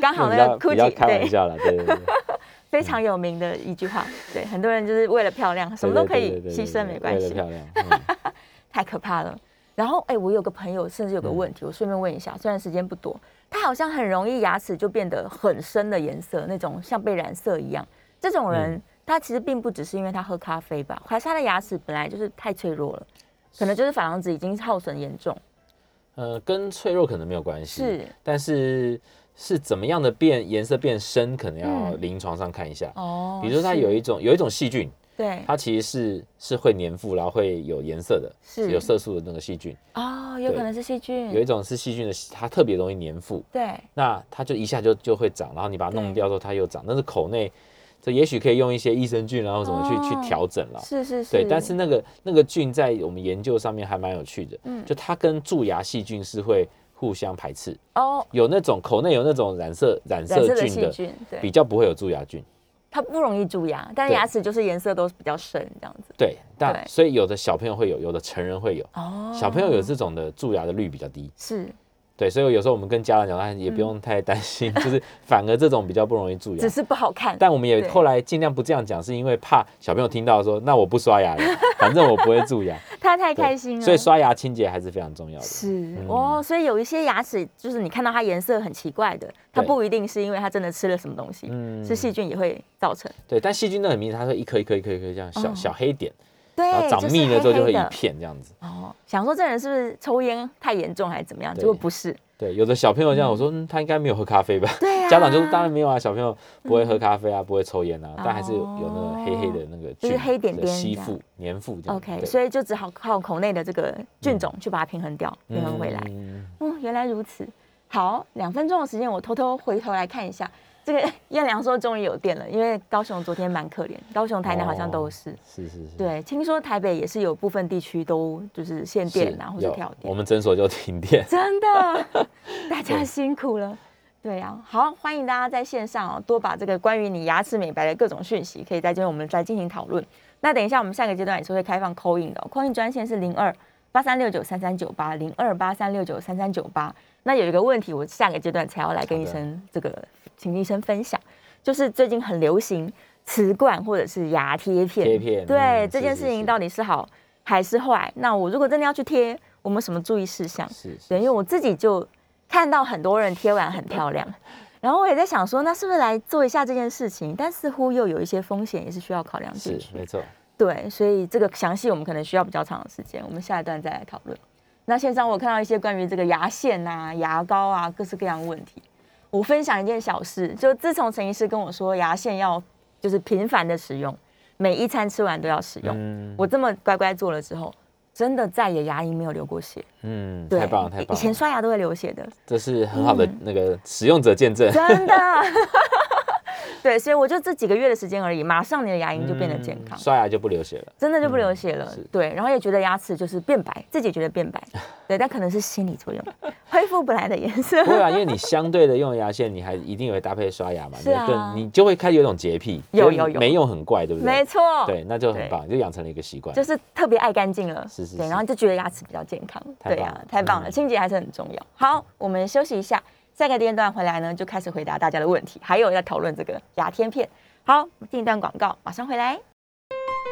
Speaker 2: 刚嗯 好
Speaker 3: 比
Speaker 2: 那
Speaker 3: 较
Speaker 2: 个
Speaker 3: 比较
Speaker 2: Gucci
Speaker 3: 开玩
Speaker 2: 对
Speaker 3: 笑啦，对对对，
Speaker 2: 非常有名的一句话，对很多人就是为了漂 亮，什么都可以
Speaker 3: 对对对对对
Speaker 2: 牺牲，没关
Speaker 3: 为了
Speaker 2: 系，
Speaker 3: 漂亮，嗯
Speaker 2: 太可怕了。然后哎，我有个朋友甚至有个问题，我顺便问一下，虽然时间不多，他好像很容易牙齿就变得很深的颜色，那种像被染色一样。这种人他其实并不只是因为他喝咖啡吧，还是他的牙齿本来就是太脆弱了，可能就是珐琅质已经耗损严重。
Speaker 3: 呃，跟脆弱可能没有关系，
Speaker 2: 是，
Speaker 3: 但是是怎么样的变颜色变深，可能要
Speaker 2: 嗯
Speaker 3: 临床上看一下。
Speaker 2: 哦
Speaker 3: 比如说它有
Speaker 2: 一
Speaker 3: 一种有一种细菌，
Speaker 2: 对
Speaker 3: 它其实是是会粘附，然后会有颜色的，
Speaker 2: 是
Speaker 3: 有色素的那个细菌。
Speaker 2: 哦，有
Speaker 3: 对
Speaker 2: 可能是细
Speaker 3: 有一
Speaker 2: 菌，
Speaker 3: 种是细菌的，它特别容易粘附，
Speaker 2: 对
Speaker 3: 那它就一下就就会长，然后你把它
Speaker 2: 对
Speaker 3: 弄掉之后它又长，但是口内这也许可以用一些益生菌，然后什么去、
Speaker 2: 哦
Speaker 3: 去调整了。
Speaker 2: 是是是，
Speaker 3: 对，但是那个那个菌在我们研究上面还蛮有趣的，
Speaker 2: 嗯
Speaker 3: 就它跟蛀牙细菌是会互相排斥，
Speaker 2: 哦，
Speaker 3: 有那种口内有那种染色染
Speaker 2: 染
Speaker 3: 色
Speaker 2: 色的
Speaker 3: 菌
Speaker 2: 细
Speaker 3: 的，
Speaker 2: 菌，
Speaker 3: 比
Speaker 2: 对
Speaker 3: 较不会有蛀牙菌。
Speaker 2: 它不容易蛀牙，但是
Speaker 3: 对
Speaker 2: 牙齿就是颜色都是比较深这样子。
Speaker 3: 对，
Speaker 2: 对
Speaker 3: 但所以有的小朋友会有，有的成人会有。
Speaker 2: 哦
Speaker 3: 小朋友有这种的蛀牙的率比较低，
Speaker 2: 是，
Speaker 3: 对，所以有时候我们跟家长讲，哎也不用太担心， 就是反而这种比较不容易蛀牙
Speaker 2: 嗯只。是不好看。
Speaker 3: 但我们也
Speaker 2: 对
Speaker 3: 后来尽量不这样讲，是因为怕小朋友听到说，那我不刷牙了，反正我不会蛀牙，
Speaker 2: 他太
Speaker 3: 对
Speaker 2: 开心了，
Speaker 3: 所以刷牙清洁还是非常重要的。
Speaker 2: 嗯是、
Speaker 3: 嗯
Speaker 2: 哦，所以有一些牙齿就是你看到它颜色很奇怪的，它
Speaker 3: 对
Speaker 2: 不一定是因为它真的吃了什么东西，
Speaker 3: 嗯
Speaker 2: 是细菌也会造成。
Speaker 3: 对，但细菌都很明显，它会一颗一颗一颗一颗这样小、
Speaker 2: 哦
Speaker 3: 小黑点，
Speaker 2: 对，
Speaker 3: 然后长
Speaker 2: 是
Speaker 3: 密了之后就
Speaker 2: 黑黑
Speaker 3: 会一
Speaker 2: 的
Speaker 3: 片这样子。
Speaker 2: 哦，想说这人是不是抽烟太严重还是怎么样？
Speaker 3: 对
Speaker 2: 结果不是，
Speaker 3: 对，有的小朋友这样，我说、嗯、他应该没有喝咖啡吧？
Speaker 2: 对啊嗯
Speaker 3: 家长就说当然没有啊，小朋友不会喝咖啡啊，不会抽烟啊，但还是有有那个黑黑的那个
Speaker 2: 哦就是
Speaker 3: 菌
Speaker 2: 黑点
Speaker 3: 的
Speaker 2: 点
Speaker 3: 吸
Speaker 2: 这样
Speaker 3: 附粘附这样。
Speaker 2: OK，
Speaker 3: 对
Speaker 2: 所以就只好靠口内的这个菌种去把它平衡掉，平衡回来。
Speaker 3: 嗯
Speaker 2: 嗯，原来如此。好，两分钟的时间，我偷偷回头来看一下。这个 燕良说终于有电了，因为高雄昨天蛮可怜，高雄、台南好像都
Speaker 3: 哦
Speaker 2: 是。
Speaker 3: 是是是，
Speaker 2: 对，听说台北也是有部分地区都就是限
Speaker 3: 是，
Speaker 2: 电啊，或者
Speaker 3: 有
Speaker 2: 跳电
Speaker 3: 我。们诊所就 停电。
Speaker 2: 真的，大家辛苦了。对啊，好，欢迎大家在线上哦，多把这个关于你牙齿美白的各种讯息，可以在这边我们再进行讨论。那等一下，我们下个阶段也是会开放扣印的、哦，扣印专线是零二八三六九三三九八零二八三六九三三九八。那有一个问题，我下个阶段才要来跟医
Speaker 3: 好的
Speaker 2: 生这个，请医生分享，就是最近很流行瓷冠或者是牙贴片，
Speaker 3: 贴片
Speaker 2: 对、
Speaker 3: 嗯
Speaker 2: 这
Speaker 3: 是
Speaker 2: 件
Speaker 3: 是
Speaker 2: 事情
Speaker 3: 是
Speaker 2: 到底是好还是坏？那我如果真的要去贴，我们什么注意事项？
Speaker 3: 是，是
Speaker 2: 对，因为我自己就看到很多人贴完很漂亮，然后我也在想说，那是不是来做一下这件事情？但似乎又有一些风险，也是需要考量进
Speaker 3: 是
Speaker 2: 去。
Speaker 3: 没错。
Speaker 2: 对，所以这个详细我们可能需要比较长的时间，我们下一段再来讨论。那线上我看到一些关于这个牙线啊、牙膏啊各式各样的问题。我分享一件小事，就自从陈医师跟我说牙线要就是频繁的使用，每一餐吃完都要使用，
Speaker 3: 嗯
Speaker 2: 我这么乖乖做了之后，真的再也牙龈没有流过血。
Speaker 3: 嗯，
Speaker 2: 对，
Speaker 3: 太棒了，太
Speaker 2: 以
Speaker 3: 棒
Speaker 2: 前嗯
Speaker 3: 了，
Speaker 2: 刷牙都会流血的，
Speaker 3: 这是很好的那个使用者见证。
Speaker 2: 真的。 对，所以我就这几个月的时间而已，马上你的牙龈就变得健康，
Speaker 3: 嗯刷牙就不流血了。
Speaker 2: 真的就不流血了。
Speaker 3: 是
Speaker 2: 对，然后也觉得牙齿就是变白，自己觉得 变白，对，但可能是心理作用，恢复本来的颜色
Speaker 3: 不。会啊，因为你相对的用牙线，你还一定也会搭配刷牙嘛，
Speaker 2: 是啊
Speaker 3: 你更你就会开始有一种洁癖，
Speaker 2: 有
Speaker 3: 就是
Speaker 2: 有有
Speaker 3: 没用很怪，对不对？
Speaker 2: 没错，
Speaker 3: 对，那就很棒，就养成了一个习惯。
Speaker 2: 就是特别爱干净了，
Speaker 3: 是是
Speaker 2: 对，
Speaker 3: 是
Speaker 2: 然后就觉得牙齿比较健康，
Speaker 3: 太
Speaker 2: 对
Speaker 3: 棒
Speaker 2: 呀、
Speaker 3: 了嗯
Speaker 2: 太棒了，清洁还是很重要。好，我们休息一下，下个阶段回来呢，就开始回答大家的问题，还有要讨论这个牙贴片。好，进一段广告，马上回来。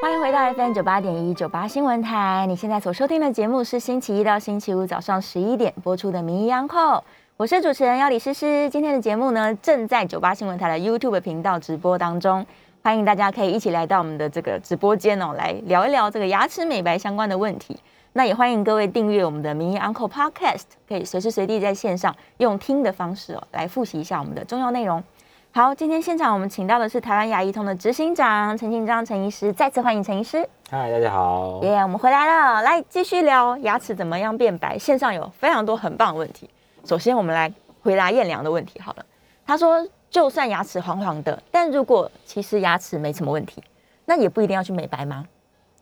Speaker 2: 欢迎回到 FM 九八点一九八新闻台，你现在所收听的节目是星期一到星期五早上十一点播出的《名医央叩》，我是主持人要李诗诗。今天的节目呢，正在九八新闻台的 YouTube 频道直播当中，欢迎大家可以一起来到我们的这个直播间哦，来聊一聊这个牙齿美白相关的问题。那也欢迎各位订阅我们的《名医 Uncle Podcast》，可以随时随地在线上用听的方式哦，来复习一下我们的重要内容。好，今天现场我们请到的是台湾牙医通的执行长陈进章陈医师，再次欢迎陈医师。
Speaker 3: 嗨，大家好。
Speaker 2: 耶我们回来了，来继续聊牙齿怎么样变白。线上有非常多很棒的问题，首先我们来回答燕良的问题好了。他说，就算牙齿黄黄的，但如果其实牙齿没什么问题，那也不一定要去美白吗？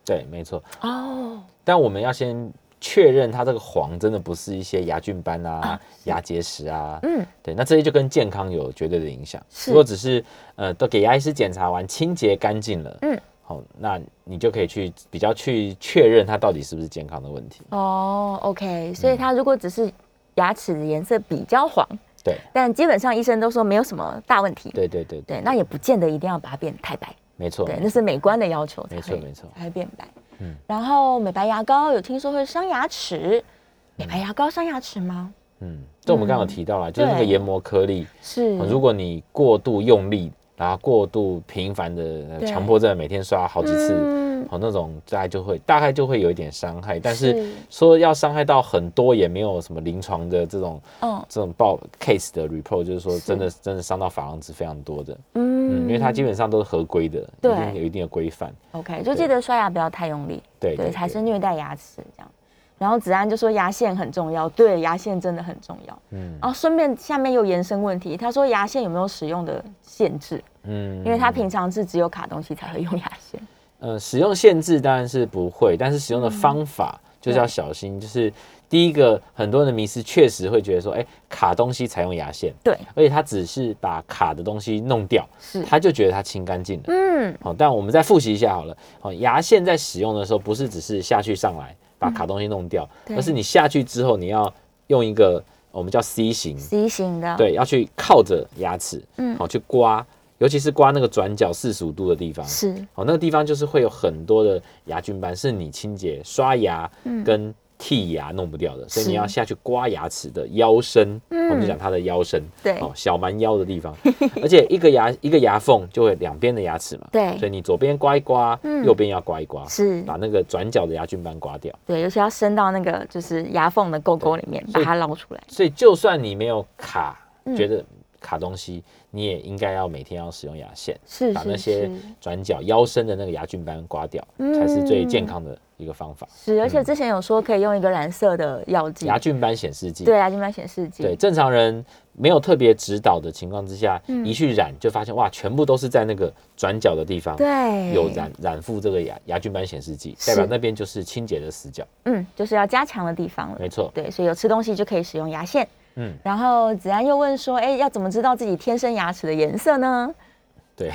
Speaker 3: 对，没错。
Speaker 2: 哦，
Speaker 3: 但我们要先确认它这个黄真的不是一些牙菌斑啊、牙结石啊，
Speaker 2: 嗯，
Speaker 3: 对，那这些就跟健康有绝对的影响。
Speaker 2: 是
Speaker 3: 如果只是呃都给牙医师检查完清洁干净了，
Speaker 2: 嗯，
Speaker 3: 好，那你就可以去比较去确认它到底是不是健康的问题。
Speaker 2: 哦，OK，所
Speaker 3: 嗯
Speaker 2: 以他如果只是牙齿的颜色比较黄，
Speaker 3: 对，
Speaker 2: 但基本上医生都说没有什么大问题。
Speaker 3: 对对对对，
Speaker 2: 对，那也不见得一定要把它变得太白。
Speaker 3: 没错，
Speaker 2: 对，那是美观的要求才会，
Speaker 3: 没错没错
Speaker 2: 才会变白。
Speaker 3: 嗯
Speaker 2: 然后美白牙膏有听说会伤牙齿，美白牙膏伤牙齿吗？
Speaker 3: 嗯，这我们刚刚有提到了，就是那
Speaker 2: 嗯
Speaker 3: 个
Speaker 2: 对嗯
Speaker 3: 研磨颗粒，
Speaker 2: 是，
Speaker 3: 哦如果你过度用力，然后过度频繁的
Speaker 2: 对
Speaker 3: 强迫症，每天刷好几次，
Speaker 2: 嗯
Speaker 3: 哦，那种大概就会大概就会有一点伤害，但是
Speaker 2: 是
Speaker 3: 说要伤害到很多也没有什么临床的这种
Speaker 2: 嗯
Speaker 3: 这种报 case 的 report，就是说
Speaker 2: 是
Speaker 3: 真的真的伤到珐琅质非常多的，
Speaker 2: 嗯
Speaker 3: 嗯，因为它基本上都是合规的，一
Speaker 2: 对
Speaker 3: 定有一定的规范，
Speaker 2: OK，就记得刷牙不要太用力，
Speaker 3: 对对
Speaker 2: 才
Speaker 3: 对
Speaker 2: 是虐待牙齿这样。然后子安就说牙线很重要，对，牙线真的很重要。
Speaker 3: 嗯
Speaker 2: 然后顺便下面又延伸问题，他说牙线有没有使用的限制？
Speaker 3: 嗯，
Speaker 2: 因为他平常是只有卡东西才会用牙线。嗯
Speaker 3: 呃，使用限制当然是不会，但是使用的方法就是要小心，就是第一个很多人的迷思确实会觉得说，哎、卡东西才用牙线，
Speaker 2: 对，
Speaker 3: 而且他只是把卡的东西弄掉，
Speaker 2: 是，
Speaker 3: 他就觉得他清干净了。
Speaker 2: 嗯，
Speaker 3: 好、但我们再复习一下好了。好、牙线在使用的时候，不是只是下去上来把卡东西弄掉，
Speaker 2: 嗯对
Speaker 3: 而是你下去之后，你要用一个我们叫 C 型，
Speaker 2: C 型的，，
Speaker 3: 对，要去靠着牙齿，
Speaker 2: 啊嗯
Speaker 3: 好、去刮，尤其是刮那个转角四十五度的地方，
Speaker 2: 是，
Speaker 3: 好、那个地方就是会有很多的牙菌斑，是你清洁刷牙跟剔牙弄不掉的，所
Speaker 2: 嗯
Speaker 3: 以
Speaker 2: 是
Speaker 3: 你要下去刮牙齿的腰身，
Speaker 2: 嗯
Speaker 3: 我们就讲它的腰身，
Speaker 2: 对
Speaker 3: 哦，小蛮腰的地方，而且一个牙一个牙缝就会两边的牙齿嘛，
Speaker 2: 对
Speaker 3: 所以你左边刮一刮，
Speaker 2: 嗯
Speaker 3: 右边要刮一刮，
Speaker 2: 是，
Speaker 3: 把那个转角的牙菌斑刮掉。
Speaker 2: 对，尤其要伸到那个就是牙缝的沟沟里面，把
Speaker 3: 所以
Speaker 2: 它捞出来。
Speaker 3: 所以就算你没有卡，
Speaker 2: 嗯
Speaker 3: 觉得卡东西，你也应该要每天要使用牙线，
Speaker 2: 是
Speaker 3: 把那
Speaker 2: 是
Speaker 3: 些
Speaker 2: 是
Speaker 3: 转角腰身的那个牙菌斑刮掉，
Speaker 2: 嗯
Speaker 3: 才是最健康的一个方法。
Speaker 2: 是，而且之前有说可以用一个蓝色的药剂，
Speaker 3: 嗯牙菌斑显示剂，
Speaker 2: 对牙菌斑显示剂，
Speaker 3: 对，正常人没有特别指导的情况之下，
Speaker 2: 嗯
Speaker 3: 一去染就发现哇，全部都是在那个转角的地方。
Speaker 2: 对
Speaker 3: 有染染附这个牙牙菌斑显示剂，
Speaker 2: 是
Speaker 3: 代表那边就是清洁的死角，
Speaker 2: 嗯，就是要加强的地方了。
Speaker 3: 没错。
Speaker 2: 对，所以有吃东西就可以使用牙线。
Speaker 3: 嗯，
Speaker 2: 然后子安又问说，哎、要怎么知道自己天生牙齿的颜色呢？
Speaker 3: 对，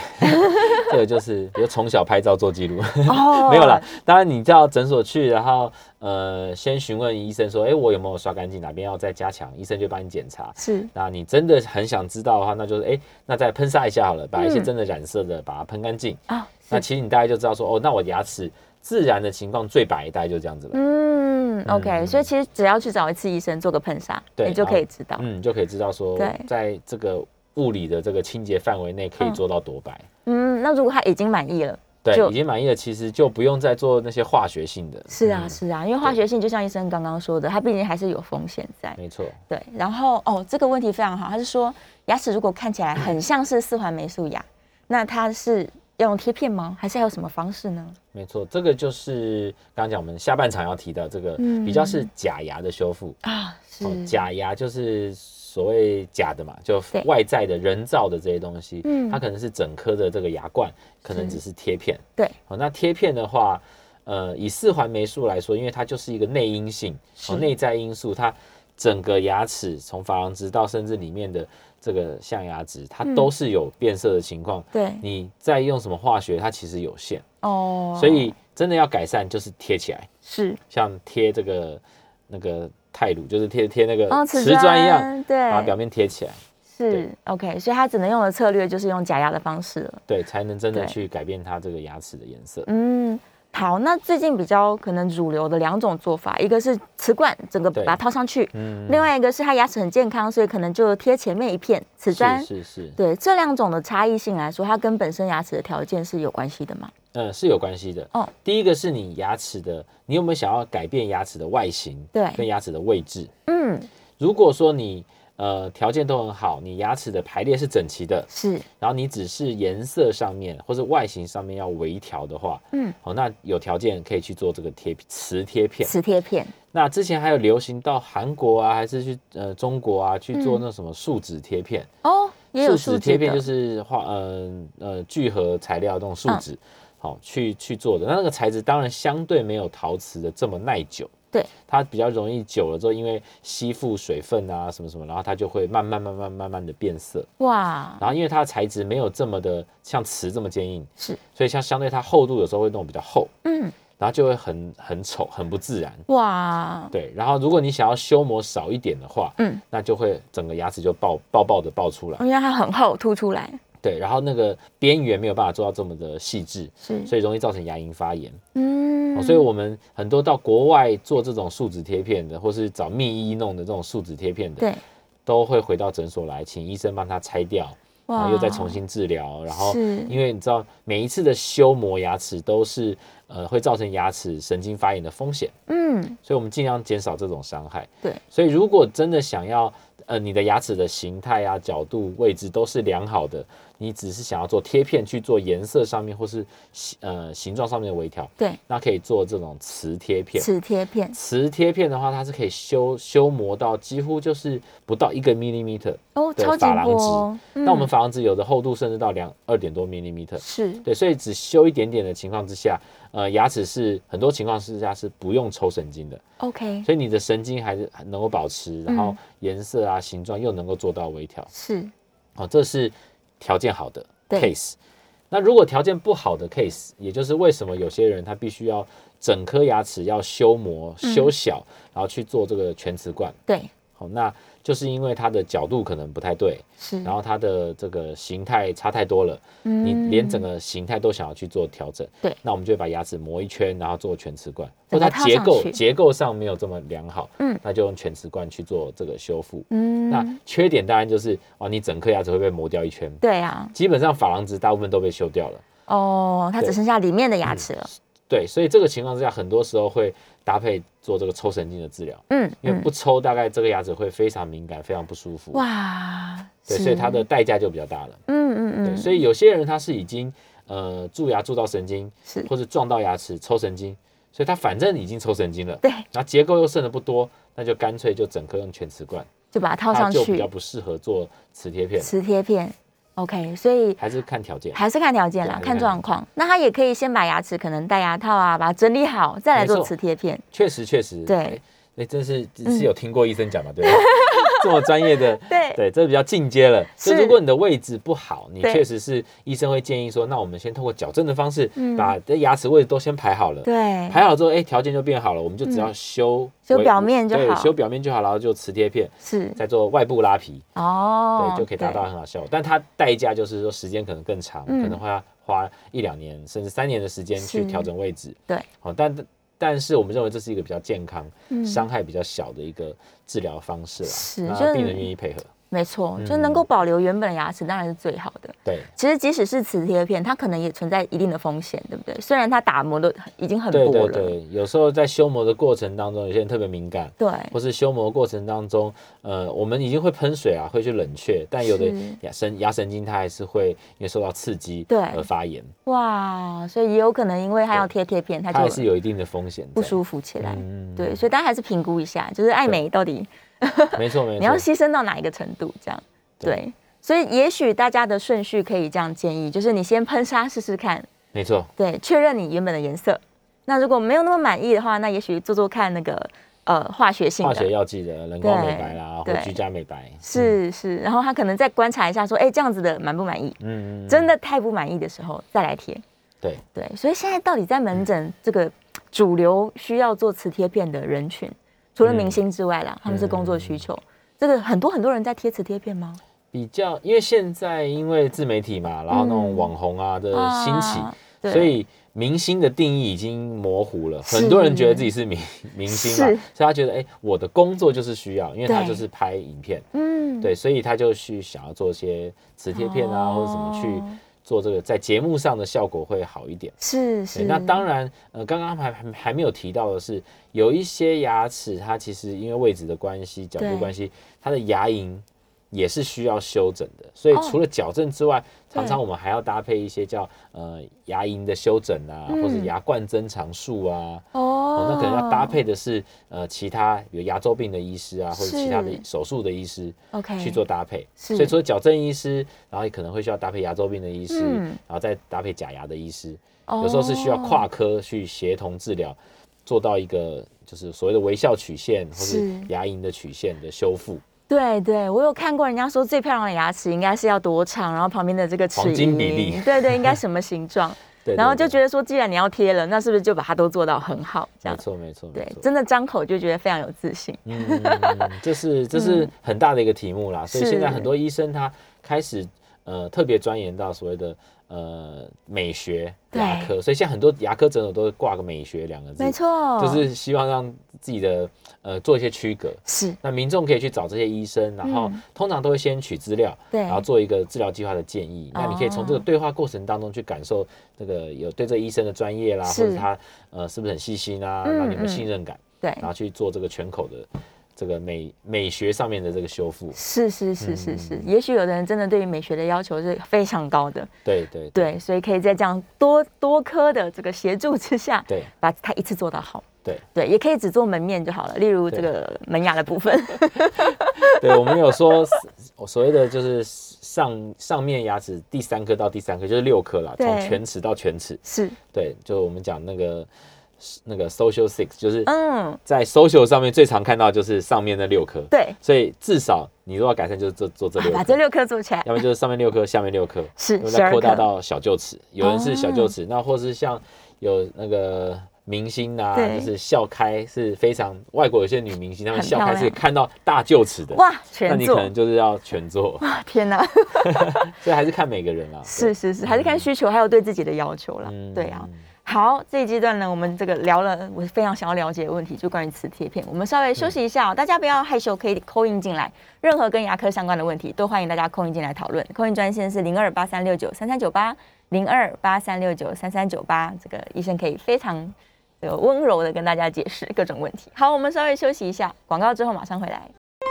Speaker 3: 这个就是比如从小拍照做记录，
Speaker 2: 哦
Speaker 3: 没有啦，。当然你到诊所去，然后呃，先询问医生说，哎、我有没有刷干净，哪边要再加强，医生就帮你检查。
Speaker 2: 是
Speaker 3: 那你真的很想知道的话，那就是哎、诶那再喷砂一下好了，把一些
Speaker 2: 嗯
Speaker 3: 真的染色的把它喷干净。
Speaker 2: 啊，
Speaker 3: 那
Speaker 2: 是，
Speaker 3: 其实你大概就知道说，哦，那我牙齿自然的情况最白，大概就这样子了。
Speaker 2: 嗯，OK，所以其实只要去找一次医生做个喷砂，
Speaker 3: 对
Speaker 2: 你就可以知道。
Speaker 3: 嗯，你就可以知道说
Speaker 2: 对，
Speaker 3: 在这个物理的这个清洁范围内可以
Speaker 2: 嗯
Speaker 3: 做到多白。
Speaker 2: 嗯，那如果他已经满意了，就
Speaker 3: 对，已经满意了，其实就不用再做那些化学性的。
Speaker 2: 是啊
Speaker 3: 嗯
Speaker 2: 是啊，因为化学性就像医生刚刚说的，它毕竟还是有风险在。
Speaker 3: 没错。
Speaker 2: 对，然后哦，这个问题非常好，他是说牙齿如果看起来 很像是四环霉素牙，那它是要用贴片吗？还是还有什么方式呢？
Speaker 3: 没错，这个就是刚刚讲我们下半场要提到这个，
Speaker 2: 嗯
Speaker 3: 比较是假牙的修复。
Speaker 2: 啊，是
Speaker 3: 哦假牙就是所谓假的嘛，就
Speaker 2: 对
Speaker 3: 外在的人造的这些东西，
Speaker 2: 嗯
Speaker 3: 它可能是整颗的这个牙冠，可能只是贴片。
Speaker 2: 对，
Speaker 3: 哦，那贴片的话，呃，以四环霉素来说，因为它就是一个内因性，
Speaker 2: 是
Speaker 3: 哦，内在因素，它整个牙齿从珐琅质到甚至里面的这个象牙质，它
Speaker 2: 嗯
Speaker 3: 都是有变色的情况。
Speaker 2: 对
Speaker 3: 你再用什么化学，它其实有限。
Speaker 2: 哦，
Speaker 3: 所以真的要改善，就是贴起来，
Speaker 2: 是
Speaker 3: 像贴这个那个泰乳，就是贴贴那个
Speaker 2: 哦，
Speaker 3: 呃瓷
Speaker 2: 瓷
Speaker 3: 砖一样，
Speaker 2: 样，
Speaker 3: 把表
Speaker 2: 对，
Speaker 3: 面贴起来，
Speaker 2: 是
Speaker 3: 对
Speaker 2: OK，所以他只能用的策略就是用假牙的方式了。
Speaker 3: 对，才能真的
Speaker 2: 对
Speaker 3: 去改变它这个牙齿的颜色。
Speaker 2: 嗯，好，那最近比较可能主流的两种做法，一个是瓷冠整个把
Speaker 3: 对
Speaker 2: 它套上去，
Speaker 3: 嗯，
Speaker 2: 另外一个是他牙齿很健康，所以可能就贴前面一片瓷砖。
Speaker 3: 是是是，
Speaker 2: 对这两种的差异性来说，它跟本身牙齿的条件是有关系的嘛？
Speaker 3: 嗯，是有关系的。
Speaker 2: 哦
Speaker 3: 第一个是你牙齿的，你有没有想要改变牙齿的外形，
Speaker 2: 对
Speaker 3: 跟牙齿的位置？
Speaker 2: 嗯，
Speaker 3: 如果说你呃条件都很好，你牙齿的排列是整齐的，
Speaker 2: 是，
Speaker 3: 然后你只是颜色上面或是外形上面要微调的话，
Speaker 2: 嗯，
Speaker 3: 好、那有条件可以去做这个贴磁贴片。
Speaker 2: 磁贴片
Speaker 3: 那之前还有流行到韩国啊，还是去呃中国啊去做
Speaker 2: 嗯
Speaker 3: 那种什么树脂贴片，
Speaker 2: 哦，也有树脂
Speaker 3: 脂贴片
Speaker 2: 的
Speaker 3: 就是画呃呃聚合材料那种树
Speaker 2: 嗯
Speaker 3: 脂，好、去去做的。那那个材质当然相对没有陶瓷的这么耐久，
Speaker 2: 对，
Speaker 3: 它比较容易久了之后，因为吸附水分啊什么什么，然后它就会慢慢慢慢慢慢的变色。
Speaker 2: 哇，
Speaker 3: 然后因为它的材质没有这么的像瓷这么坚硬，
Speaker 2: 是，
Speaker 3: 所以像相对它厚度有时候会弄比较厚，
Speaker 2: 嗯，
Speaker 3: 然后就会很很丑，很不自然。
Speaker 2: 哇，
Speaker 3: 对，然后如果你想要修磨少一点的话，
Speaker 2: 嗯，
Speaker 3: 那就会整个牙齿就爆爆爆的爆出来
Speaker 2: 因，为它很厚凸出来，
Speaker 3: 对，然后那个边缘没有办法做到这么的细致，
Speaker 2: 是，
Speaker 3: 所以容易造成牙龈发炎。
Speaker 2: 嗯
Speaker 3: 哦所以我们很多到国外做这种树脂贴片的，或是找密医弄的这种树脂贴片的，
Speaker 2: 对，
Speaker 3: 都会回到诊所来，请医生帮他拆掉，然后又再重新治疗，然后
Speaker 2: 是
Speaker 3: 因为你知道每一次的修磨牙齿都是呃会造成牙齿神经发炎的风险，
Speaker 2: 嗯，
Speaker 3: 所以我们尽量减少这种伤害。
Speaker 2: 对，
Speaker 3: 所以如果真的想要呃你的牙齿的形态啊、角度、位置都是良好的，你只是想要做贴片去做颜色上面或是形呃形状上面的微调，
Speaker 2: 对，
Speaker 3: 那可以做这种磁贴片。
Speaker 2: 磁贴片
Speaker 3: 磁贴片的话，它是可以修修磨到几乎就是不到一个 millimeter
Speaker 2: 哦，
Speaker 3: 的
Speaker 2: 超级
Speaker 3: 珐琅
Speaker 2: 薄
Speaker 3: 质。
Speaker 2: 哦，
Speaker 3: 那我
Speaker 2: 嗯
Speaker 3: 们珐琅质有的厚度甚至到两二点多 millimeter，
Speaker 2: 是
Speaker 3: 对，所以只修一点点的情况之下，呃，牙齿是很多情况之下是不用抽神经的，
Speaker 2: OK，
Speaker 3: 所以你的神经还是能够保持，然后
Speaker 2: 嗯
Speaker 3: 颜色啊、形状又能够做到微调，
Speaker 2: 是
Speaker 3: 哦，这是条件好的
Speaker 2: 对
Speaker 3: case。那如果条件不好的 case，也就是为什么有些人他必须要整颗牙齿要修磨、
Speaker 2: 嗯
Speaker 3: 修小，然后去做这个全瓷冠，
Speaker 2: 对
Speaker 3: 好、那就是因为它的角度可能不太对，
Speaker 2: 是，嗯
Speaker 3: 然后它的这个形态差太多了，你连整个形态都想要去做调整，
Speaker 2: 对
Speaker 3: 那我们就会把牙齿磨一圈，然后做全瓷冠，或
Speaker 2: 整个
Speaker 3: 者
Speaker 2: 套
Speaker 3: 它结
Speaker 2: 上
Speaker 3: 构
Speaker 2: 去
Speaker 3: 结构上没有这么良好，
Speaker 2: 嗯
Speaker 3: 那就用全瓷冠去做这个修复。
Speaker 2: 嗯
Speaker 3: 那缺点当然就是哦，你整颗牙齿会被磨掉一圈，
Speaker 2: 对啊，
Speaker 3: 基本上珐琅质大部分都被修掉了。
Speaker 2: 哦，它只
Speaker 3: 对嗯
Speaker 2: 剩下里面的牙齿了，
Speaker 3: 对，所以这个情况之下，很多时候会搭配做这个抽神经的治疗，
Speaker 2: 嗯
Speaker 3: 因为
Speaker 2: 嗯
Speaker 3: 不抽，大概这个牙齿会非常敏感，非常不舒服。
Speaker 2: 哇，
Speaker 3: 对，
Speaker 2: 是
Speaker 3: 所以它的代价就比较大了。
Speaker 2: 嗯嗯
Speaker 3: 对，
Speaker 2: 嗯，
Speaker 3: 所以有些人他是已经呃蛀牙蛀到神经，
Speaker 2: 是
Speaker 3: 或者撞到牙齿抽神经，所以他反正已经抽神经了，
Speaker 2: 对，
Speaker 3: 然后结构又剩的不多，那就干脆就整颗用全瓷冠，
Speaker 2: 就把它套
Speaker 3: 它
Speaker 2: 上
Speaker 3: 就比
Speaker 2: 去
Speaker 3: 较，不适合做磁贴片，
Speaker 2: 磁贴片，OK，所以
Speaker 3: 还是看条件。
Speaker 2: 还是看条件
Speaker 3: 对
Speaker 2: 啦
Speaker 3: 还，是
Speaker 2: 看
Speaker 3: 看
Speaker 2: 状况。那他也可以先把牙齿可能戴牙套啊，把它整理好，再来
Speaker 3: 没
Speaker 2: 做
Speaker 3: 错
Speaker 2: 磁贴片。
Speaker 3: 确实确实，
Speaker 2: 对嗯
Speaker 3: 哎，哎真是是有听过医生讲嘛，对吧？ 这么专业的，
Speaker 2: 对
Speaker 3: 对，这比较进阶了。
Speaker 2: 是
Speaker 3: 所以如果你的位置不好，你
Speaker 2: 对
Speaker 3: 确实是医生会建议说，那我们先通过矫正的方式
Speaker 2: 嗯，
Speaker 3: 把这牙齿位置都先排好了。
Speaker 2: 对，嗯
Speaker 3: 排好之后，哎，条件就变好了，我们就只要修
Speaker 2: 修
Speaker 3: 为
Speaker 2: 表面就
Speaker 3: 对
Speaker 2: 好
Speaker 3: 修表面就好，然后就磁贴片，
Speaker 2: 是
Speaker 3: 再做外部拉皮，
Speaker 2: 哦
Speaker 3: 对，，就可以达到
Speaker 2: 对。
Speaker 3: 很好效果。但它代价就是说时间可能更长，
Speaker 2: 嗯
Speaker 3: 可能会要花一两年甚至三年的时间去
Speaker 2: 是
Speaker 3: 调整位置。
Speaker 2: 对，
Speaker 3: 好，但但是我们认为这是一个比较健康、
Speaker 2: 嗯
Speaker 3: 伤害比较小的一个治疗方式啦。
Speaker 2: 是
Speaker 3: 那
Speaker 2: 就是
Speaker 3: 病人愿意配合。
Speaker 2: 没错，
Speaker 3: 嗯
Speaker 2: 就能够保留原本的牙齿，当然是最好的。
Speaker 3: 对
Speaker 2: 其实即使是磁贴片，它可能也存在一定的风险，对不对？虽然它打磨的已经很
Speaker 3: 对
Speaker 2: 薄
Speaker 3: 对
Speaker 2: 了，
Speaker 3: 对，有时候在修磨的过程当中，有些人特别敏感。
Speaker 2: 对，
Speaker 3: 或是修磨的过程当中，呃，我们已经会喷水啊，会去冷却，但有的
Speaker 2: 是
Speaker 3: 牙神牙神经它还是会因为受到刺激
Speaker 2: 对
Speaker 3: 而发炎，
Speaker 2: 哇，所以也有可能因为它要贴贴片，它
Speaker 3: 它还是
Speaker 2: 就
Speaker 3: 有一定的风险在。
Speaker 2: 不舒服起来。
Speaker 3: 嗯
Speaker 2: 对，所以大家还是评估一下，就是爱美到底
Speaker 3: 没错没错，
Speaker 2: 你要牺牲到哪一个程度，这样
Speaker 3: 对
Speaker 2: 对。所以也许大家的顺序可以这样建议，就是你先喷砂试试看，
Speaker 3: 没错，
Speaker 2: 对，确认你原本的颜色。那如果没有那么满意的话，那也许做做看那个呃化学性
Speaker 3: 化
Speaker 2: 的，
Speaker 3: 学药剂的人工
Speaker 2: 对
Speaker 3: 美白啦，或
Speaker 2: 对
Speaker 3: 居家美白，
Speaker 2: 是是，然后他可能再观察一下，说，哎、这样子的满不满意？
Speaker 3: 嗯，嗯，嗯
Speaker 2: 真的太不满意的时候再来贴。
Speaker 3: 对，
Speaker 2: 对，所以现在到底在门
Speaker 3: 嗯
Speaker 2: 诊这个主流需要做磁贴片的人群，除了明星之外
Speaker 3: 嗯
Speaker 2: 啦，他们是工作需求，这个很多很多人在贴磁贴片吗？
Speaker 3: 比较，因为现在因为自媒体嘛，然后
Speaker 2: 嗯
Speaker 3: 那种网红啊的兴
Speaker 2: 啊
Speaker 3: 起，
Speaker 2: 对
Speaker 3: 所以明星的定义已经模糊了，
Speaker 2: 是
Speaker 3: 很多人觉得自己是明明星嘛，
Speaker 2: 是
Speaker 3: 所以他觉得哎、我的工作就是需要，因为他
Speaker 2: 对
Speaker 3: 就是拍影片，
Speaker 2: 嗯，
Speaker 3: 对，所以他就去想要做一些磁贴片啊，或者怎么去
Speaker 2: 哦
Speaker 3: 做这个，在节目上的效果会好一点。
Speaker 2: 是是，
Speaker 3: 对，那当然，呃，刚刚还还还没有提到的是，有一些牙齿它其实因为位置的关系、角
Speaker 2: 对
Speaker 3: 度关系，它的牙龈也是需要修整的。所以
Speaker 2: 哦
Speaker 3: 除了矫正之外，常常
Speaker 2: 对
Speaker 3: 我们还要搭配一些叫呃牙龈的修整啊，或者
Speaker 2: 嗯
Speaker 3: 牙冠增长术啊。
Speaker 2: 哦
Speaker 3: 哦，那可能要搭配的是，呃，其他比如牙周病的医师啊，或者其他的
Speaker 2: 是
Speaker 3: 手术的医师
Speaker 2: OK
Speaker 3: 去做搭配。
Speaker 2: 是
Speaker 3: 所以除了矫正医师，然后也可能会需要搭配牙周病的医师，
Speaker 2: 嗯
Speaker 3: 然后再搭配假牙的医师。有时候是需要
Speaker 2: 哦
Speaker 3: 跨科去协同治疗，做到一个就是所谓的微笑曲线或是
Speaker 2: 是
Speaker 3: 牙龈的曲线的修复，
Speaker 2: 对对，我有看过人家说最漂亮的牙齿应该是要多长，然后旁边的这个齿
Speaker 3: 黄金比
Speaker 2: 龈
Speaker 3: 例
Speaker 2: 对对，应该什么形状，
Speaker 3: 对
Speaker 2: 然后就觉
Speaker 3: 得
Speaker 2: 得说，既然你要贴了，那是不是就把它都做到很好？这
Speaker 3: 没
Speaker 2: 样
Speaker 3: 错没错没
Speaker 2: 对，
Speaker 3: 错，
Speaker 2: 真的张口就觉得非常有自信。
Speaker 3: 嗯， 这是这是很大的一个题目啦，所以
Speaker 2: 是
Speaker 3: 现在很多医生他开始呃特别钻研到所谓的呃美学
Speaker 2: 对
Speaker 3: 牙科，所以现在很多牙科诊所都会挂个美学两个字，
Speaker 2: 没，错，
Speaker 3: 就是希望让自己的呃做一些区隔。
Speaker 2: 是
Speaker 3: 那民众可以去找这些医生，然后
Speaker 2: 嗯
Speaker 3: 通常都会先取资料，
Speaker 2: 对
Speaker 3: 然后做一个治疗计划的建议。那你可以从这个
Speaker 2: 哦
Speaker 3: 对话过程当中去感受这个有对这医生的专业啦，
Speaker 2: 是
Speaker 3: 或者他呃是不是很细心啊，
Speaker 2: 嗯
Speaker 3: 让你有没有
Speaker 2: 嗯
Speaker 3: 信任感，
Speaker 2: 对
Speaker 3: 然后去做这个全口的这个美美学上面的这个修复。
Speaker 2: 是是是是是，
Speaker 3: 嗯
Speaker 2: 也许有的人真的对于美学的要求是非常高的，
Speaker 3: 对对
Speaker 2: 对，所以可以在这样多多科的这个协助之下，
Speaker 3: 对
Speaker 2: 把它一次做到好。
Speaker 3: 对
Speaker 2: 对，也可以只做门面就好了，例如这个门牙的部分。
Speaker 3: 对，我们有说所谓的就是上上面牙齿第三颗到第三颗就是六颗啦，
Speaker 2: 对
Speaker 3: 从犬齿到犬齿，
Speaker 2: 是，
Speaker 3: 对，就我们讲那个那个 social six，就是
Speaker 2: 嗯，
Speaker 3: 在 social 上面最常看到就是上面那六颗，
Speaker 2: 对，
Speaker 3: 所以至少你如果要改善，就是做做这
Speaker 2: 啊
Speaker 3: 六
Speaker 2: 把
Speaker 3: 颗，
Speaker 2: 这六颗做起来。
Speaker 3: 要么就是上面六颗，下面六颗，
Speaker 2: 是
Speaker 3: 因为
Speaker 2: 12
Speaker 3: 它
Speaker 2: 颗哦
Speaker 3: 扩大到小臼齿，有人是小臼齿，那或是像有那个。明星啊，
Speaker 2: 对
Speaker 3: 就是笑开是非常外国有些女明星，她们
Speaker 2: 很
Speaker 3: 笑开
Speaker 2: 漂
Speaker 3: 是
Speaker 2: 亮
Speaker 3: 看到大臼齿的，
Speaker 2: 哇，
Speaker 3: 那
Speaker 2: 全
Speaker 3: 你可
Speaker 2: 做！
Speaker 3: 能就是要全 做，
Speaker 2: 天哪，
Speaker 3: 所以还是看每个人啦。
Speaker 2: 是是是，还是看需求，还有对自己的要求啦。
Speaker 3: 嗯
Speaker 2: 对啊。好，这一阶段呢，我们这个聊了我非常想要了解的问题，就关于磁贴片。我们稍微休息一下、哦，大家不要害羞，可以扣印进来，任何跟牙科相关的问题都欢迎大家扣印进来讨论。扣印专线是零二八三六九三三九八零二八三六九三三九八，这个医生可以非常呃温柔的跟大家解释各种问题。好，我们稍微休息一下，广告之后马上回来。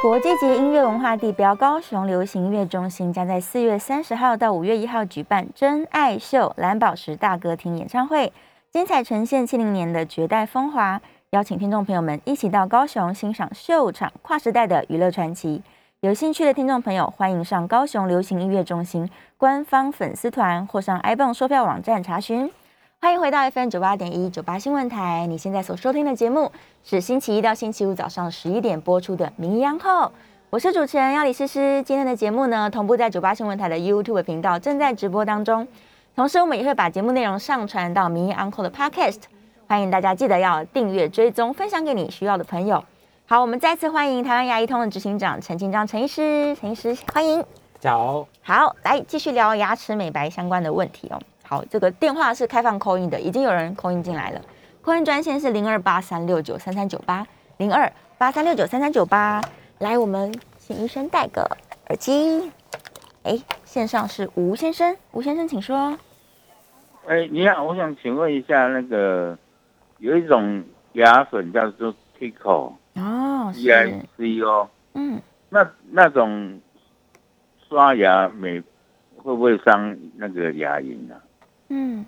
Speaker 2: 国际级音乐文化地标高雄流行音乐中心将在四月三十号到五月一号举办《真爱秀》蓝宝石大歌厅演唱会，精彩呈现七零年的绝代风华，邀请听众朋友们一起到高雄欣赏秀场跨时代的娱乐传奇。有兴趣的听众朋友，欢迎上高雄流行音乐中心官方粉丝团或上 iBon 售票网站查询。欢迎回到 FM 九八点一九八新闻台，你现在所收听的节目是星期一到星期五早上十一点播出的《名医央后》，我是主持人要李诗诗。今天的节目呢，同步在九八新闻台的 YouTube 频道正在直播当中，同时我们也会把节目内容上传到《名医央后》的 Podcast，欢迎大家记得要订阅、追踪、分享给你需要的朋友。好，我们再次欢迎台湾牙医通的执行长陈清章陈医师，陈医师欢迎。
Speaker 3: 大家好，
Speaker 2: 好，来继续聊牙齿美白相关的问题哦。好，这个电话是开放扣印的，已经有人扣印进来了。扣印专线是零二八三六九三三九八零二八三六九三三九八。来，我们请医生戴个耳机。哎，线上是吴先生，吴先生请说。
Speaker 4: 哎，你好，我想请问一下，那个有一种牙粉叫做 Tico，E
Speaker 2: 哦，
Speaker 4: I
Speaker 2: 是，
Speaker 4: C O，
Speaker 2: 嗯，
Speaker 4: 那那种刷牙美会不会伤那个牙龈啊？
Speaker 2: 嗯，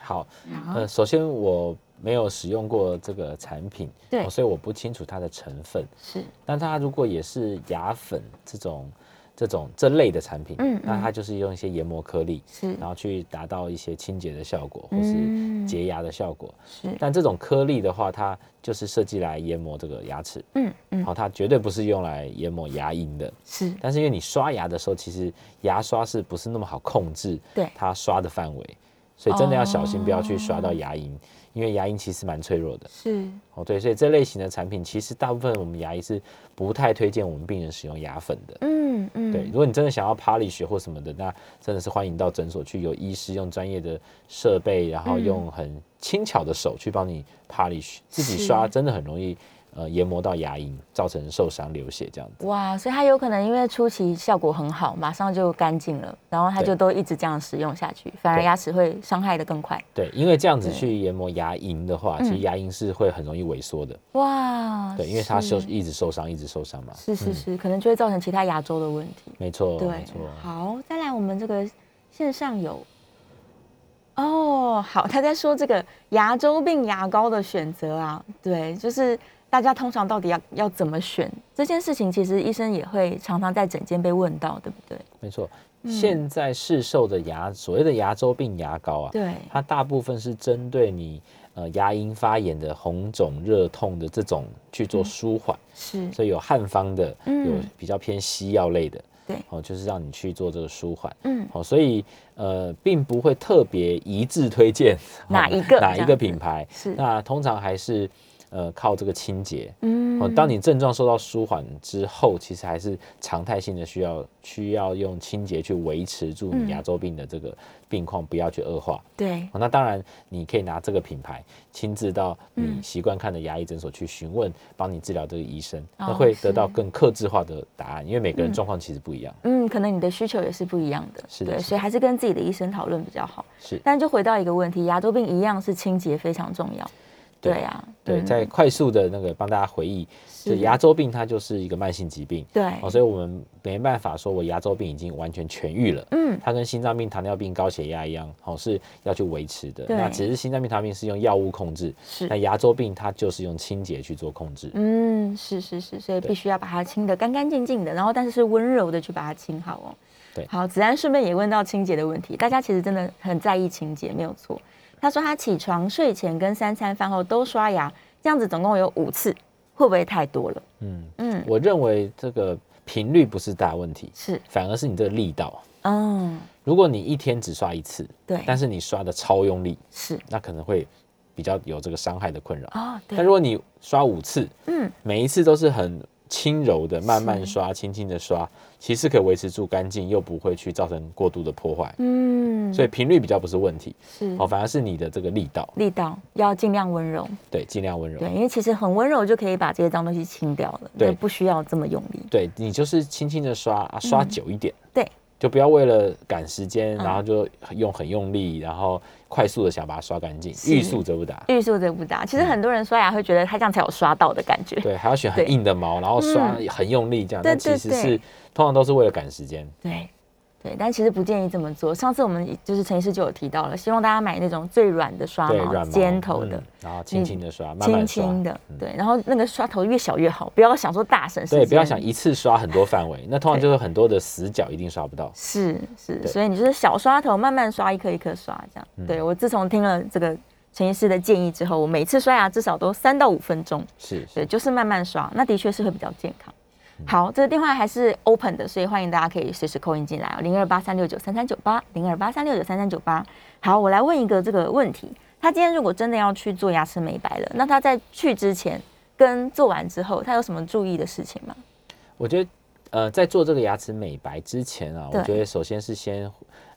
Speaker 3: 好，
Speaker 2: 好
Speaker 3: 呃，，首先我没有使用过这个产品，
Speaker 2: 对
Speaker 3: 哦所以我不清楚它的成分。
Speaker 2: 是，
Speaker 3: 但它如果也是牙粉这种这种这类的产品，
Speaker 2: 嗯嗯
Speaker 3: 那它就是用一些研磨颗粒，
Speaker 2: 是
Speaker 3: 然后去达到一些清洁的效果，或
Speaker 2: 嗯
Speaker 3: 是洁牙的效果。
Speaker 2: 是，
Speaker 3: 但这种颗粒的话，它就是设计来研磨这个牙齿，
Speaker 2: 嗯嗯，
Speaker 3: 好、它绝对不是用来研磨牙龈的。
Speaker 2: 是，
Speaker 3: 但是因为你刷牙的时候，其实牙刷是不是那么好控制
Speaker 2: 对
Speaker 3: 它刷的范围，所以真的要小心，
Speaker 2: 哦
Speaker 3: 不要去刷到牙龈，因为牙龈其实蛮脆弱的。
Speaker 2: 是，
Speaker 3: 哦，对，所以这类型的产品，其实大部分我们牙医是不太推荐我们病人使用牙粉的。
Speaker 2: 嗯嗯，
Speaker 3: 对，如果你真的想要 polish 或什么的，那真的是欢迎到诊所去，有医师用专业的设备，然后
Speaker 2: 嗯
Speaker 3: 用很轻巧的手去帮你 polish，自己
Speaker 2: 是
Speaker 3: 刷真的很容易呃研磨到牙龈，造成受伤流血这样子。
Speaker 2: 哇，所以它有可能因为初期效果很好，马上就干净了，然后它就
Speaker 3: 对
Speaker 2: 都一直这样使用下去，反而
Speaker 3: 对
Speaker 2: 牙齿会伤害的更快。
Speaker 3: 对，因为这样子
Speaker 2: 对
Speaker 3: 去研磨牙龈的话，其实
Speaker 2: 嗯
Speaker 3: 牙龈是会很容易萎缩的。
Speaker 2: 哇，
Speaker 3: 对，因为它受
Speaker 2: 是
Speaker 3: 一直嗯受伤，一直受伤嘛。
Speaker 2: 是是是，可能就会造成其他牙周的问题。
Speaker 3: 没错，
Speaker 2: 对
Speaker 3: 没错。，
Speaker 2: 好，再来我们这个线上有。哦，好， 他在说这个牙周病牙膏的选择啊，对，就是大家通常到底要要怎么选这件事情，其实医生也会常常在诊间被问到，对不对？
Speaker 3: 没错，
Speaker 2: 嗯
Speaker 3: 现在市售的牙所谓的牙周病牙膏啊，
Speaker 2: 对，
Speaker 3: 它大部分是针对你呃牙龈发炎的红肿热痛的这种去做舒缓，
Speaker 2: 是，
Speaker 3: 所以有汉方的，
Speaker 2: 嗯
Speaker 3: 有比较偏西药类的，
Speaker 2: 对
Speaker 3: 哦，就是让你去做这个舒缓。
Speaker 2: 嗯，
Speaker 3: 哦，所以呃，并不会特别一致推荐、
Speaker 2: 哪
Speaker 3: 哦
Speaker 2: 一个
Speaker 3: 哪
Speaker 2: 这样
Speaker 3: 一
Speaker 2: 子
Speaker 3: 个品牌。
Speaker 2: 是
Speaker 3: 那通常还是呃靠这个清洁。
Speaker 2: 嗯
Speaker 3: 哦，当你症状受到舒缓之后，其实还是常态性的需要需要用清洁去维持住
Speaker 2: 嗯
Speaker 3: 你牙周病的这个病况，不要去恶化。
Speaker 2: 对，
Speaker 3: 哦那当然，你可以拿这个品牌亲自到
Speaker 2: 嗯
Speaker 3: 你习惯看的牙医诊所去询问，帮你治疗这个医生，
Speaker 2: 哦
Speaker 3: 那会得到更克制化的答案，因为每个人状况其实不一样。
Speaker 2: 嗯，可能你的需求也是不一样的，
Speaker 3: 是的
Speaker 2: 对，
Speaker 3: 是的
Speaker 2: 所以还是跟自己的医生讨论比较好。
Speaker 3: 是
Speaker 2: 但就回到一个问题，牙周病一样是清洁非常重要，
Speaker 3: 对
Speaker 2: 对啊，
Speaker 3: 对，
Speaker 2: 嗯
Speaker 3: 在快速的那个帮大家回忆，
Speaker 2: 是
Speaker 3: 就牙周病它就是一个慢性疾病，
Speaker 2: 对，
Speaker 3: 哦，所以我们没办法说我牙周病已经完全痊愈了。
Speaker 2: 嗯，
Speaker 3: 它跟心脏病、糖尿病、高血压一样，哦，是要去维持的。
Speaker 2: 对
Speaker 3: 那只是心脏病、糖尿病是用药物控制，那
Speaker 2: 是，
Speaker 3: 牙周病它就是用清洁去做控制。
Speaker 2: 嗯，是是是，所以
Speaker 3: 对
Speaker 2: 必须要把它清得干干净净的，然后但是是温柔的去把它清好哦。
Speaker 3: 对
Speaker 2: 好，子安顺便也问到清洁的问题，大家其实真的很在意清洁，没有错。他说他起床、睡前跟三餐饭后都刷牙，这样子总共有五次，会不会太多了？
Speaker 3: 嗯，
Speaker 2: 嗯，
Speaker 3: 我认为这个频率不是大问题，
Speaker 2: 是，
Speaker 3: 反而是你这个力道。
Speaker 2: 嗯，
Speaker 3: 如果你一天只刷一次，
Speaker 2: 对，
Speaker 3: 但是你刷的超用力，
Speaker 2: 是，
Speaker 3: 那可能会比较有这个伤害的困扰。
Speaker 2: 哦，
Speaker 3: 但
Speaker 2: 对
Speaker 3: 如，果你刷五次，
Speaker 2: 嗯，
Speaker 3: 每一次都是很轻柔的，慢慢刷，轻轻的刷，其实可以维持住干净，又不会去造成过度的破坏。
Speaker 2: 嗯，
Speaker 3: 所以频率比较不是问题，
Speaker 2: 是
Speaker 3: 哦，反而是你的这个力道，
Speaker 2: 力道要尽量温柔，
Speaker 3: 对，尽量温柔
Speaker 2: 对，。因为其实很温柔就可以把这些脏东西清掉了，
Speaker 3: 对
Speaker 2: 就不需要这么用力。
Speaker 3: 对你就是轻轻的刷啊，刷久一点，
Speaker 2: 嗯对，
Speaker 3: 就不要为了赶时间，
Speaker 2: 嗯
Speaker 3: 然后就用很用力，然后快速的想把它刷干净，
Speaker 2: 是
Speaker 3: 欲速则不达。
Speaker 2: 欲速则不达。其实很多人刷牙会觉得他这样才有刷到的感觉。
Speaker 3: 嗯对，还要选很
Speaker 2: 对
Speaker 3: 硬的毛，然后刷
Speaker 2: 嗯
Speaker 3: 很用力这样，
Speaker 2: 对
Speaker 3: 但其
Speaker 2: 对
Speaker 3: 实
Speaker 2: 对
Speaker 3: 是通常都是为了赶时间。
Speaker 2: 对对，但其实不建议这么做。上次我们就是陈医师就有提到了，希望大家买那种最软的刷
Speaker 3: 对，
Speaker 2: 毛，
Speaker 3: 软毛
Speaker 2: 啊尖头的嗯
Speaker 3: 嗯。然后轻轻的刷，慢
Speaker 2: 轻
Speaker 3: 慢刷，
Speaker 2: 轻的，
Speaker 3: 嗯
Speaker 2: 对，然后那个刷头越小越好，不要想说大省时间。
Speaker 3: 对，不要想一次刷很多范围，那通常就是很多的死角，一定刷不到。
Speaker 2: 是是，
Speaker 3: 对嗯
Speaker 2: 所以你就是小刷头，慢慢刷，一颗一颗刷，这样。对我自从听了这个陈医师的建议之后，我每次刷牙至少都三到五分钟。
Speaker 3: 是，
Speaker 2: 对，
Speaker 3: 是
Speaker 2: 就是慢慢刷，那的确是会比较健康。
Speaker 3: 嗯
Speaker 2: 好，这个电话还是 open 的，所以欢迎大家可以随时扣音进来哦，零二八三六九三三九八，零二八三六九三三九八。好，我来问一个这个问题，他今天如果真的要去做牙齿美白了，那他在去之前跟做完之后，他有什么注意的事情吗？
Speaker 3: 我觉得，呃，在做这个牙齿美白之前啊，
Speaker 2: 对
Speaker 3: 我觉得首先是先，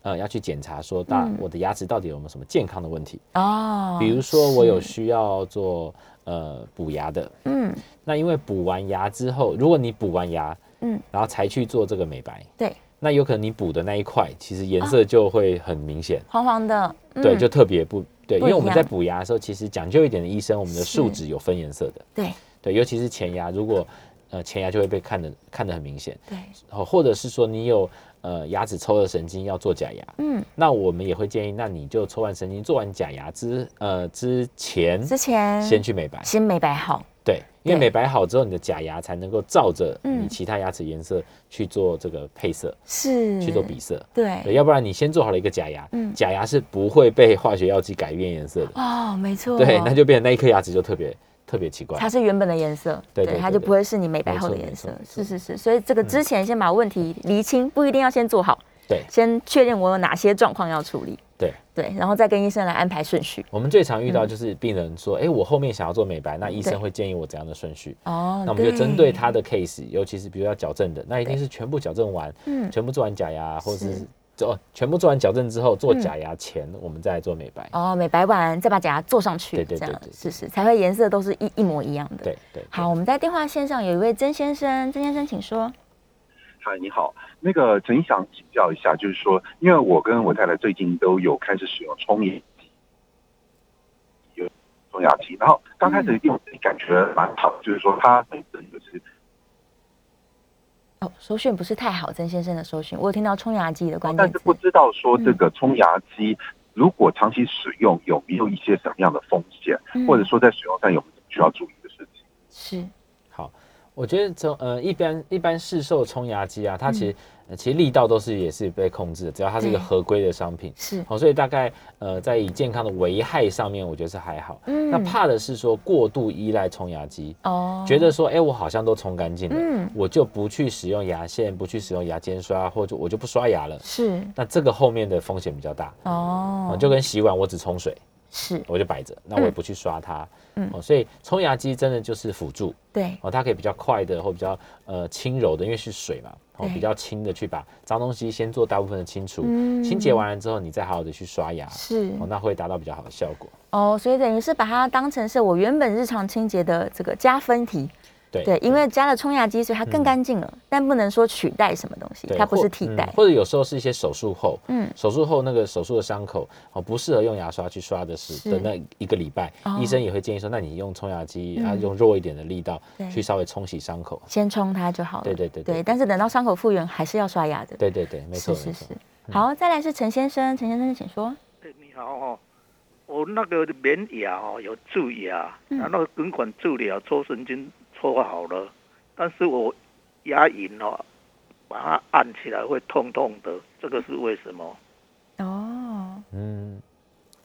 Speaker 3: 呃，要去检查说，大
Speaker 2: 嗯
Speaker 3: 我的牙齿到底有没有什么健康的问题，
Speaker 2: 哦
Speaker 3: 比如说我有需要做呃补牙的，
Speaker 2: 嗯，
Speaker 3: 那因为补完牙之后，如果你补完牙，
Speaker 2: 嗯
Speaker 3: 嗯，然后才去做这个美白，
Speaker 2: 对，
Speaker 3: 那有可能你补的那一块其实颜色就会很明显。
Speaker 2: 黄黄的，啊嗯
Speaker 3: 对，就特别不对，
Speaker 2: 不
Speaker 3: 因
Speaker 2: 一
Speaker 3: 为我们在
Speaker 2: 样
Speaker 3: 补牙的时候，其实讲究一点的医生，我们的树
Speaker 2: 是
Speaker 3: 脂有分颜色的，
Speaker 2: 对
Speaker 3: 对，尤其是前牙，如果呃前牙就会被看得看得很明显，
Speaker 2: 对，
Speaker 3: 哦，或者是说你有呃牙齿抽了神经要做假牙，
Speaker 2: 嗯，
Speaker 3: 那我们也会建议，那你就抽完神经做完假牙之呃之前，
Speaker 2: 之前
Speaker 3: 先去美白，
Speaker 2: 先美白好，
Speaker 3: 对，因为
Speaker 2: 对
Speaker 3: 美白好之后，你的假牙才能够照着
Speaker 2: 嗯
Speaker 3: 你其他牙齿颜色去做这个配色，
Speaker 2: 是
Speaker 3: 去做比，色。对，
Speaker 2: 对，
Speaker 3: 要不然你先做好了一个假牙，
Speaker 2: 嗯
Speaker 3: 假牙是不会被化学药剂改变颜色的。
Speaker 2: 哦，没错，
Speaker 3: 对，那就变成那一颗牙齿就特别特别奇怪。
Speaker 2: 它是原本的颜色，
Speaker 3: 对对对
Speaker 2: 它就不会是你美白后的颜色
Speaker 3: 没错。没
Speaker 2: 是
Speaker 3: 错
Speaker 2: 是是，所以这个之前先把问题厘清，不一定要先做好，
Speaker 3: 对
Speaker 2: 先确认我有哪些状况要处理，
Speaker 3: 对，
Speaker 2: 对，然后再跟医生来安排顺序。
Speaker 3: 我们最常遇到就是病人说，哎、我后面想要做美白，那医
Speaker 2: 嗯对
Speaker 3: 生会建议我怎样的顺序？
Speaker 2: 哦，
Speaker 3: 嗯那我们就针对他的 case，尤其是比如要矫正的，那一定是全部矫正完，
Speaker 2: 嗯
Speaker 3: 全部做完假牙，或者
Speaker 2: 是嗯
Speaker 3: 是做哦全部做完矫正之后，做假牙前、我们再来做美白。
Speaker 2: 哦，美白完再把假牙做上去，
Speaker 3: 对对
Speaker 2: 这
Speaker 3: 对
Speaker 2: 样
Speaker 3: 对对
Speaker 2: 是是，才会颜色都是一一模一样的。
Speaker 3: 对，对，对
Speaker 2: 好，我们在电话线上有一位曾先生，曾先生请说。
Speaker 5: 嗨，你好，那个陈想请教一下，就是说，因为我跟我太太最近都有开始使用冲牙机，有冲牙机，然后刚开
Speaker 4: 嗯
Speaker 5: 始用感觉蛮好，就是说它本身就是
Speaker 2: 哦，收讯不是太好，曾先生的收讯，我有听到冲牙机的关键
Speaker 5: 但
Speaker 3: 哦
Speaker 2: 词嗯
Speaker 5: 是。不知道说这个冲牙机如果长期使用有没有一些什么样的风险，
Speaker 2: 嗯
Speaker 5: 或者说在使用上有没有需要注意的事情？
Speaker 2: 是
Speaker 3: 好，我觉得从呃一般一般市售冲牙机啊，它其实、呃其实力道都是也是被控制的，只要它是一个
Speaker 2: 嗯对
Speaker 3: 合规的商品。哦
Speaker 2: 是，
Speaker 3: 好、所以大概呃，在以健康的危害上面，我觉得是还好。
Speaker 2: 嗯
Speaker 3: 那怕的是说过度依赖冲牙机，
Speaker 2: 哦，
Speaker 3: 觉得说，哎、我好像都冲干净了，
Speaker 2: 嗯
Speaker 3: 我就不去使用牙线，不去使用牙尖刷，或者我就不刷牙了。
Speaker 2: 是
Speaker 3: 那这个后面的风险比较大。
Speaker 2: 哦
Speaker 3: 哦，，就跟洗碗，我只冲水，
Speaker 2: 是
Speaker 3: 我就摆着，那我也不去刷它。
Speaker 2: 嗯
Speaker 3: 哦，所以冲牙机真的就是辅助
Speaker 2: 对，
Speaker 3: 哦，它可以比较快的或比较呃轻柔的，因为是水嘛，哦
Speaker 2: 对，
Speaker 3: 比较轻的去把脏东西先做大部分的清除，
Speaker 2: 嗯
Speaker 3: 清洁完了之后，你再好好的去刷牙。
Speaker 2: 是
Speaker 3: 哦，那会达到比较好的效果。
Speaker 2: 哦，所以等于是把它当成是我原本日常清洁的这个加分题，
Speaker 3: 对嗯
Speaker 2: 对，因为加了冲牙机，所以它更干净了，但不能说取代什么东西，
Speaker 3: 对
Speaker 2: 它不
Speaker 3: 或
Speaker 2: 是替代
Speaker 3: 嗯。或者有时候是一些手术后，
Speaker 2: 嗯
Speaker 3: 手术后那个手术的伤口哦，不适合用牙刷去刷的
Speaker 2: 是
Speaker 3: 是的那一个礼拜
Speaker 2: 哦，
Speaker 3: 医生也会建议说，那你用冲牙机啊，
Speaker 2: 嗯
Speaker 3: 用弱一点的力道
Speaker 2: 对
Speaker 3: 去稍微冲洗伤口。
Speaker 2: 先冲它就好了。
Speaker 3: 对对对对
Speaker 2: 对，但是等到伤口复原，还是要刷牙的。，
Speaker 3: 对对对，没
Speaker 2: 是
Speaker 3: 错
Speaker 2: 是
Speaker 3: 没错
Speaker 2: 是。。
Speaker 3: 嗯
Speaker 2: 好，再来是陈先生，陈先生请说。
Speaker 6: 哎，你好哦，我那个门牙哦有蛀牙，
Speaker 2: 嗯
Speaker 6: 然后根管治疗抽神经抽好了，但是我牙龈哦把它按起来会痛痛的，这个是为什么？
Speaker 2: 哦，
Speaker 3: 嗯，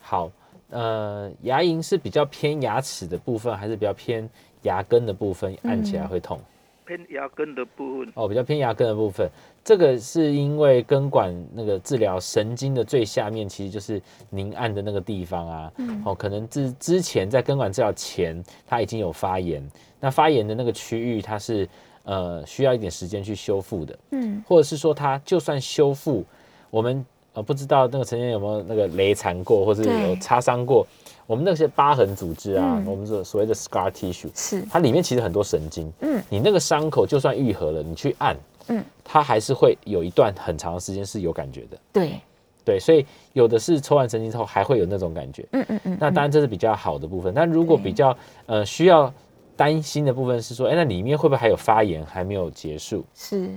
Speaker 3: 好，呃，牙龈是比较偏牙齿的部分，还是比较偏牙根的部分？按起
Speaker 2: 嗯
Speaker 3: 来会痛。
Speaker 6: 偏牙根的部分
Speaker 3: 哦，比较偏牙根的部分，这个是因为根管那个治疗神经的最下面，其实就是您按的那个地方啊。
Speaker 2: 嗯
Speaker 3: 哦，可能之之前在根管治疗前，它已经有发炎，那发炎的那个区域，它是呃需要一点时间去修复的。
Speaker 2: 嗯，
Speaker 3: 或者是说它就算修复，我们呃不知道那个曾经有没有那个雷残过，或是
Speaker 2: 对
Speaker 3: 有擦伤过，我们那些疤痕组织啊，
Speaker 2: 嗯
Speaker 3: 我们所所谓的 scar tissue，
Speaker 2: 是
Speaker 3: 它里面其实很多神经，
Speaker 2: 嗯，
Speaker 3: 你那个伤口就算愈合了，你去按，
Speaker 2: 嗯，
Speaker 3: 它还是会有一段很长的时间是有感觉的，
Speaker 2: 对，
Speaker 3: 对，所以有的是抽完神经之后还会有那种感觉，
Speaker 2: 嗯嗯嗯，
Speaker 3: 那当然这是比较好的部分，但如果
Speaker 2: 对
Speaker 3: 比较呃需要担心的部分是说，哎，那里面会不会还有发炎还没有结束？
Speaker 2: 是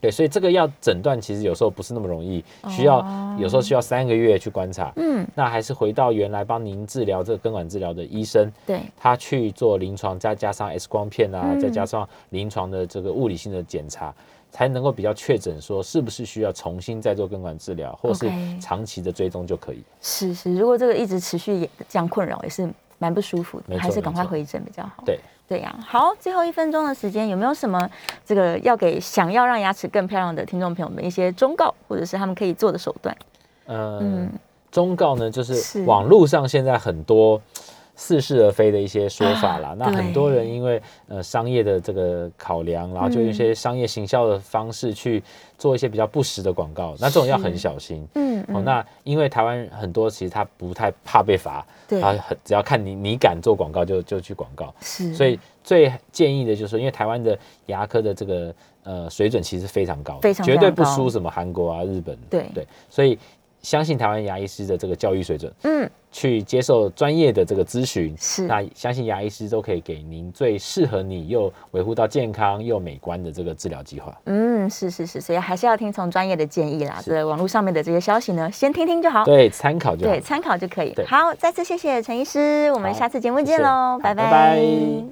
Speaker 3: 对，所以这个要诊断，其实有时候不是那么容易，需要、
Speaker 2: 哦
Speaker 3: 有时候需要三个月去观察。
Speaker 2: 嗯
Speaker 3: 那还是回到原来帮您治疗这个根管治疗的医生，
Speaker 2: 对，
Speaker 3: 他去做临床，再加上 X 光片啊，
Speaker 2: 嗯
Speaker 3: 再加上临床的这个物理性的检查，才能够比较确诊说是不是需要重新再做根管治疗，或是
Speaker 2: OK
Speaker 3: 长期的追踪就可以。
Speaker 2: 是是，如果这个一直持续也这样困扰，也是蛮不舒服
Speaker 3: 没
Speaker 2: 的，
Speaker 3: 错
Speaker 2: 还是赶快
Speaker 3: 没错
Speaker 2: 回诊比较好。
Speaker 3: 对，
Speaker 2: 对呀、好，最后一分钟的时间，有没有什么这个要给想要让牙齿更漂亮的听众朋友们一些忠告，或者是他们可以做的手段？
Speaker 3: 嗯，忠告呢，就是是网络上现在很多似是而非的一些说法啦。
Speaker 2: 啊
Speaker 3: 那很多
Speaker 2: 对嗯
Speaker 3: 人因为呃商业的这个考量，然后就用一些商业行销的方式去做一些比较不实的广告，那这种要很小心。
Speaker 2: 嗯，
Speaker 3: 哦，那因为台湾很多其实他不太怕被罚，
Speaker 2: 对
Speaker 3: 他很只要看你你敢做广告就就去广告，
Speaker 2: 是，
Speaker 3: 所以最建议的就是，因为台湾的牙科的这个呃水准其实非常高的，
Speaker 2: 非常
Speaker 3: 绝对
Speaker 2: 非
Speaker 3: 不
Speaker 2: 常高
Speaker 3: 输什么韩国啊、日本。
Speaker 2: 对
Speaker 3: 对，所以相信台湾牙医师的这个教育水准，
Speaker 2: 嗯，
Speaker 3: 去接受专业的这个咨询，
Speaker 2: 是
Speaker 3: 那相信牙医师都可以给您最适合你又维护到健康又美观的这个治疗计划。
Speaker 2: 嗯，是是是，所以还是要听从专业的建议啦。
Speaker 3: 是
Speaker 2: 对，网络上面的这些消息呢，先听听就好，
Speaker 3: 对，参考就好。
Speaker 2: 对，参考就可以。
Speaker 3: 对
Speaker 2: 好，再次谢谢陈医师，我们
Speaker 3: 好
Speaker 2: 下次节目见喽，
Speaker 3: 谢
Speaker 2: 拜
Speaker 3: 谢好拜拜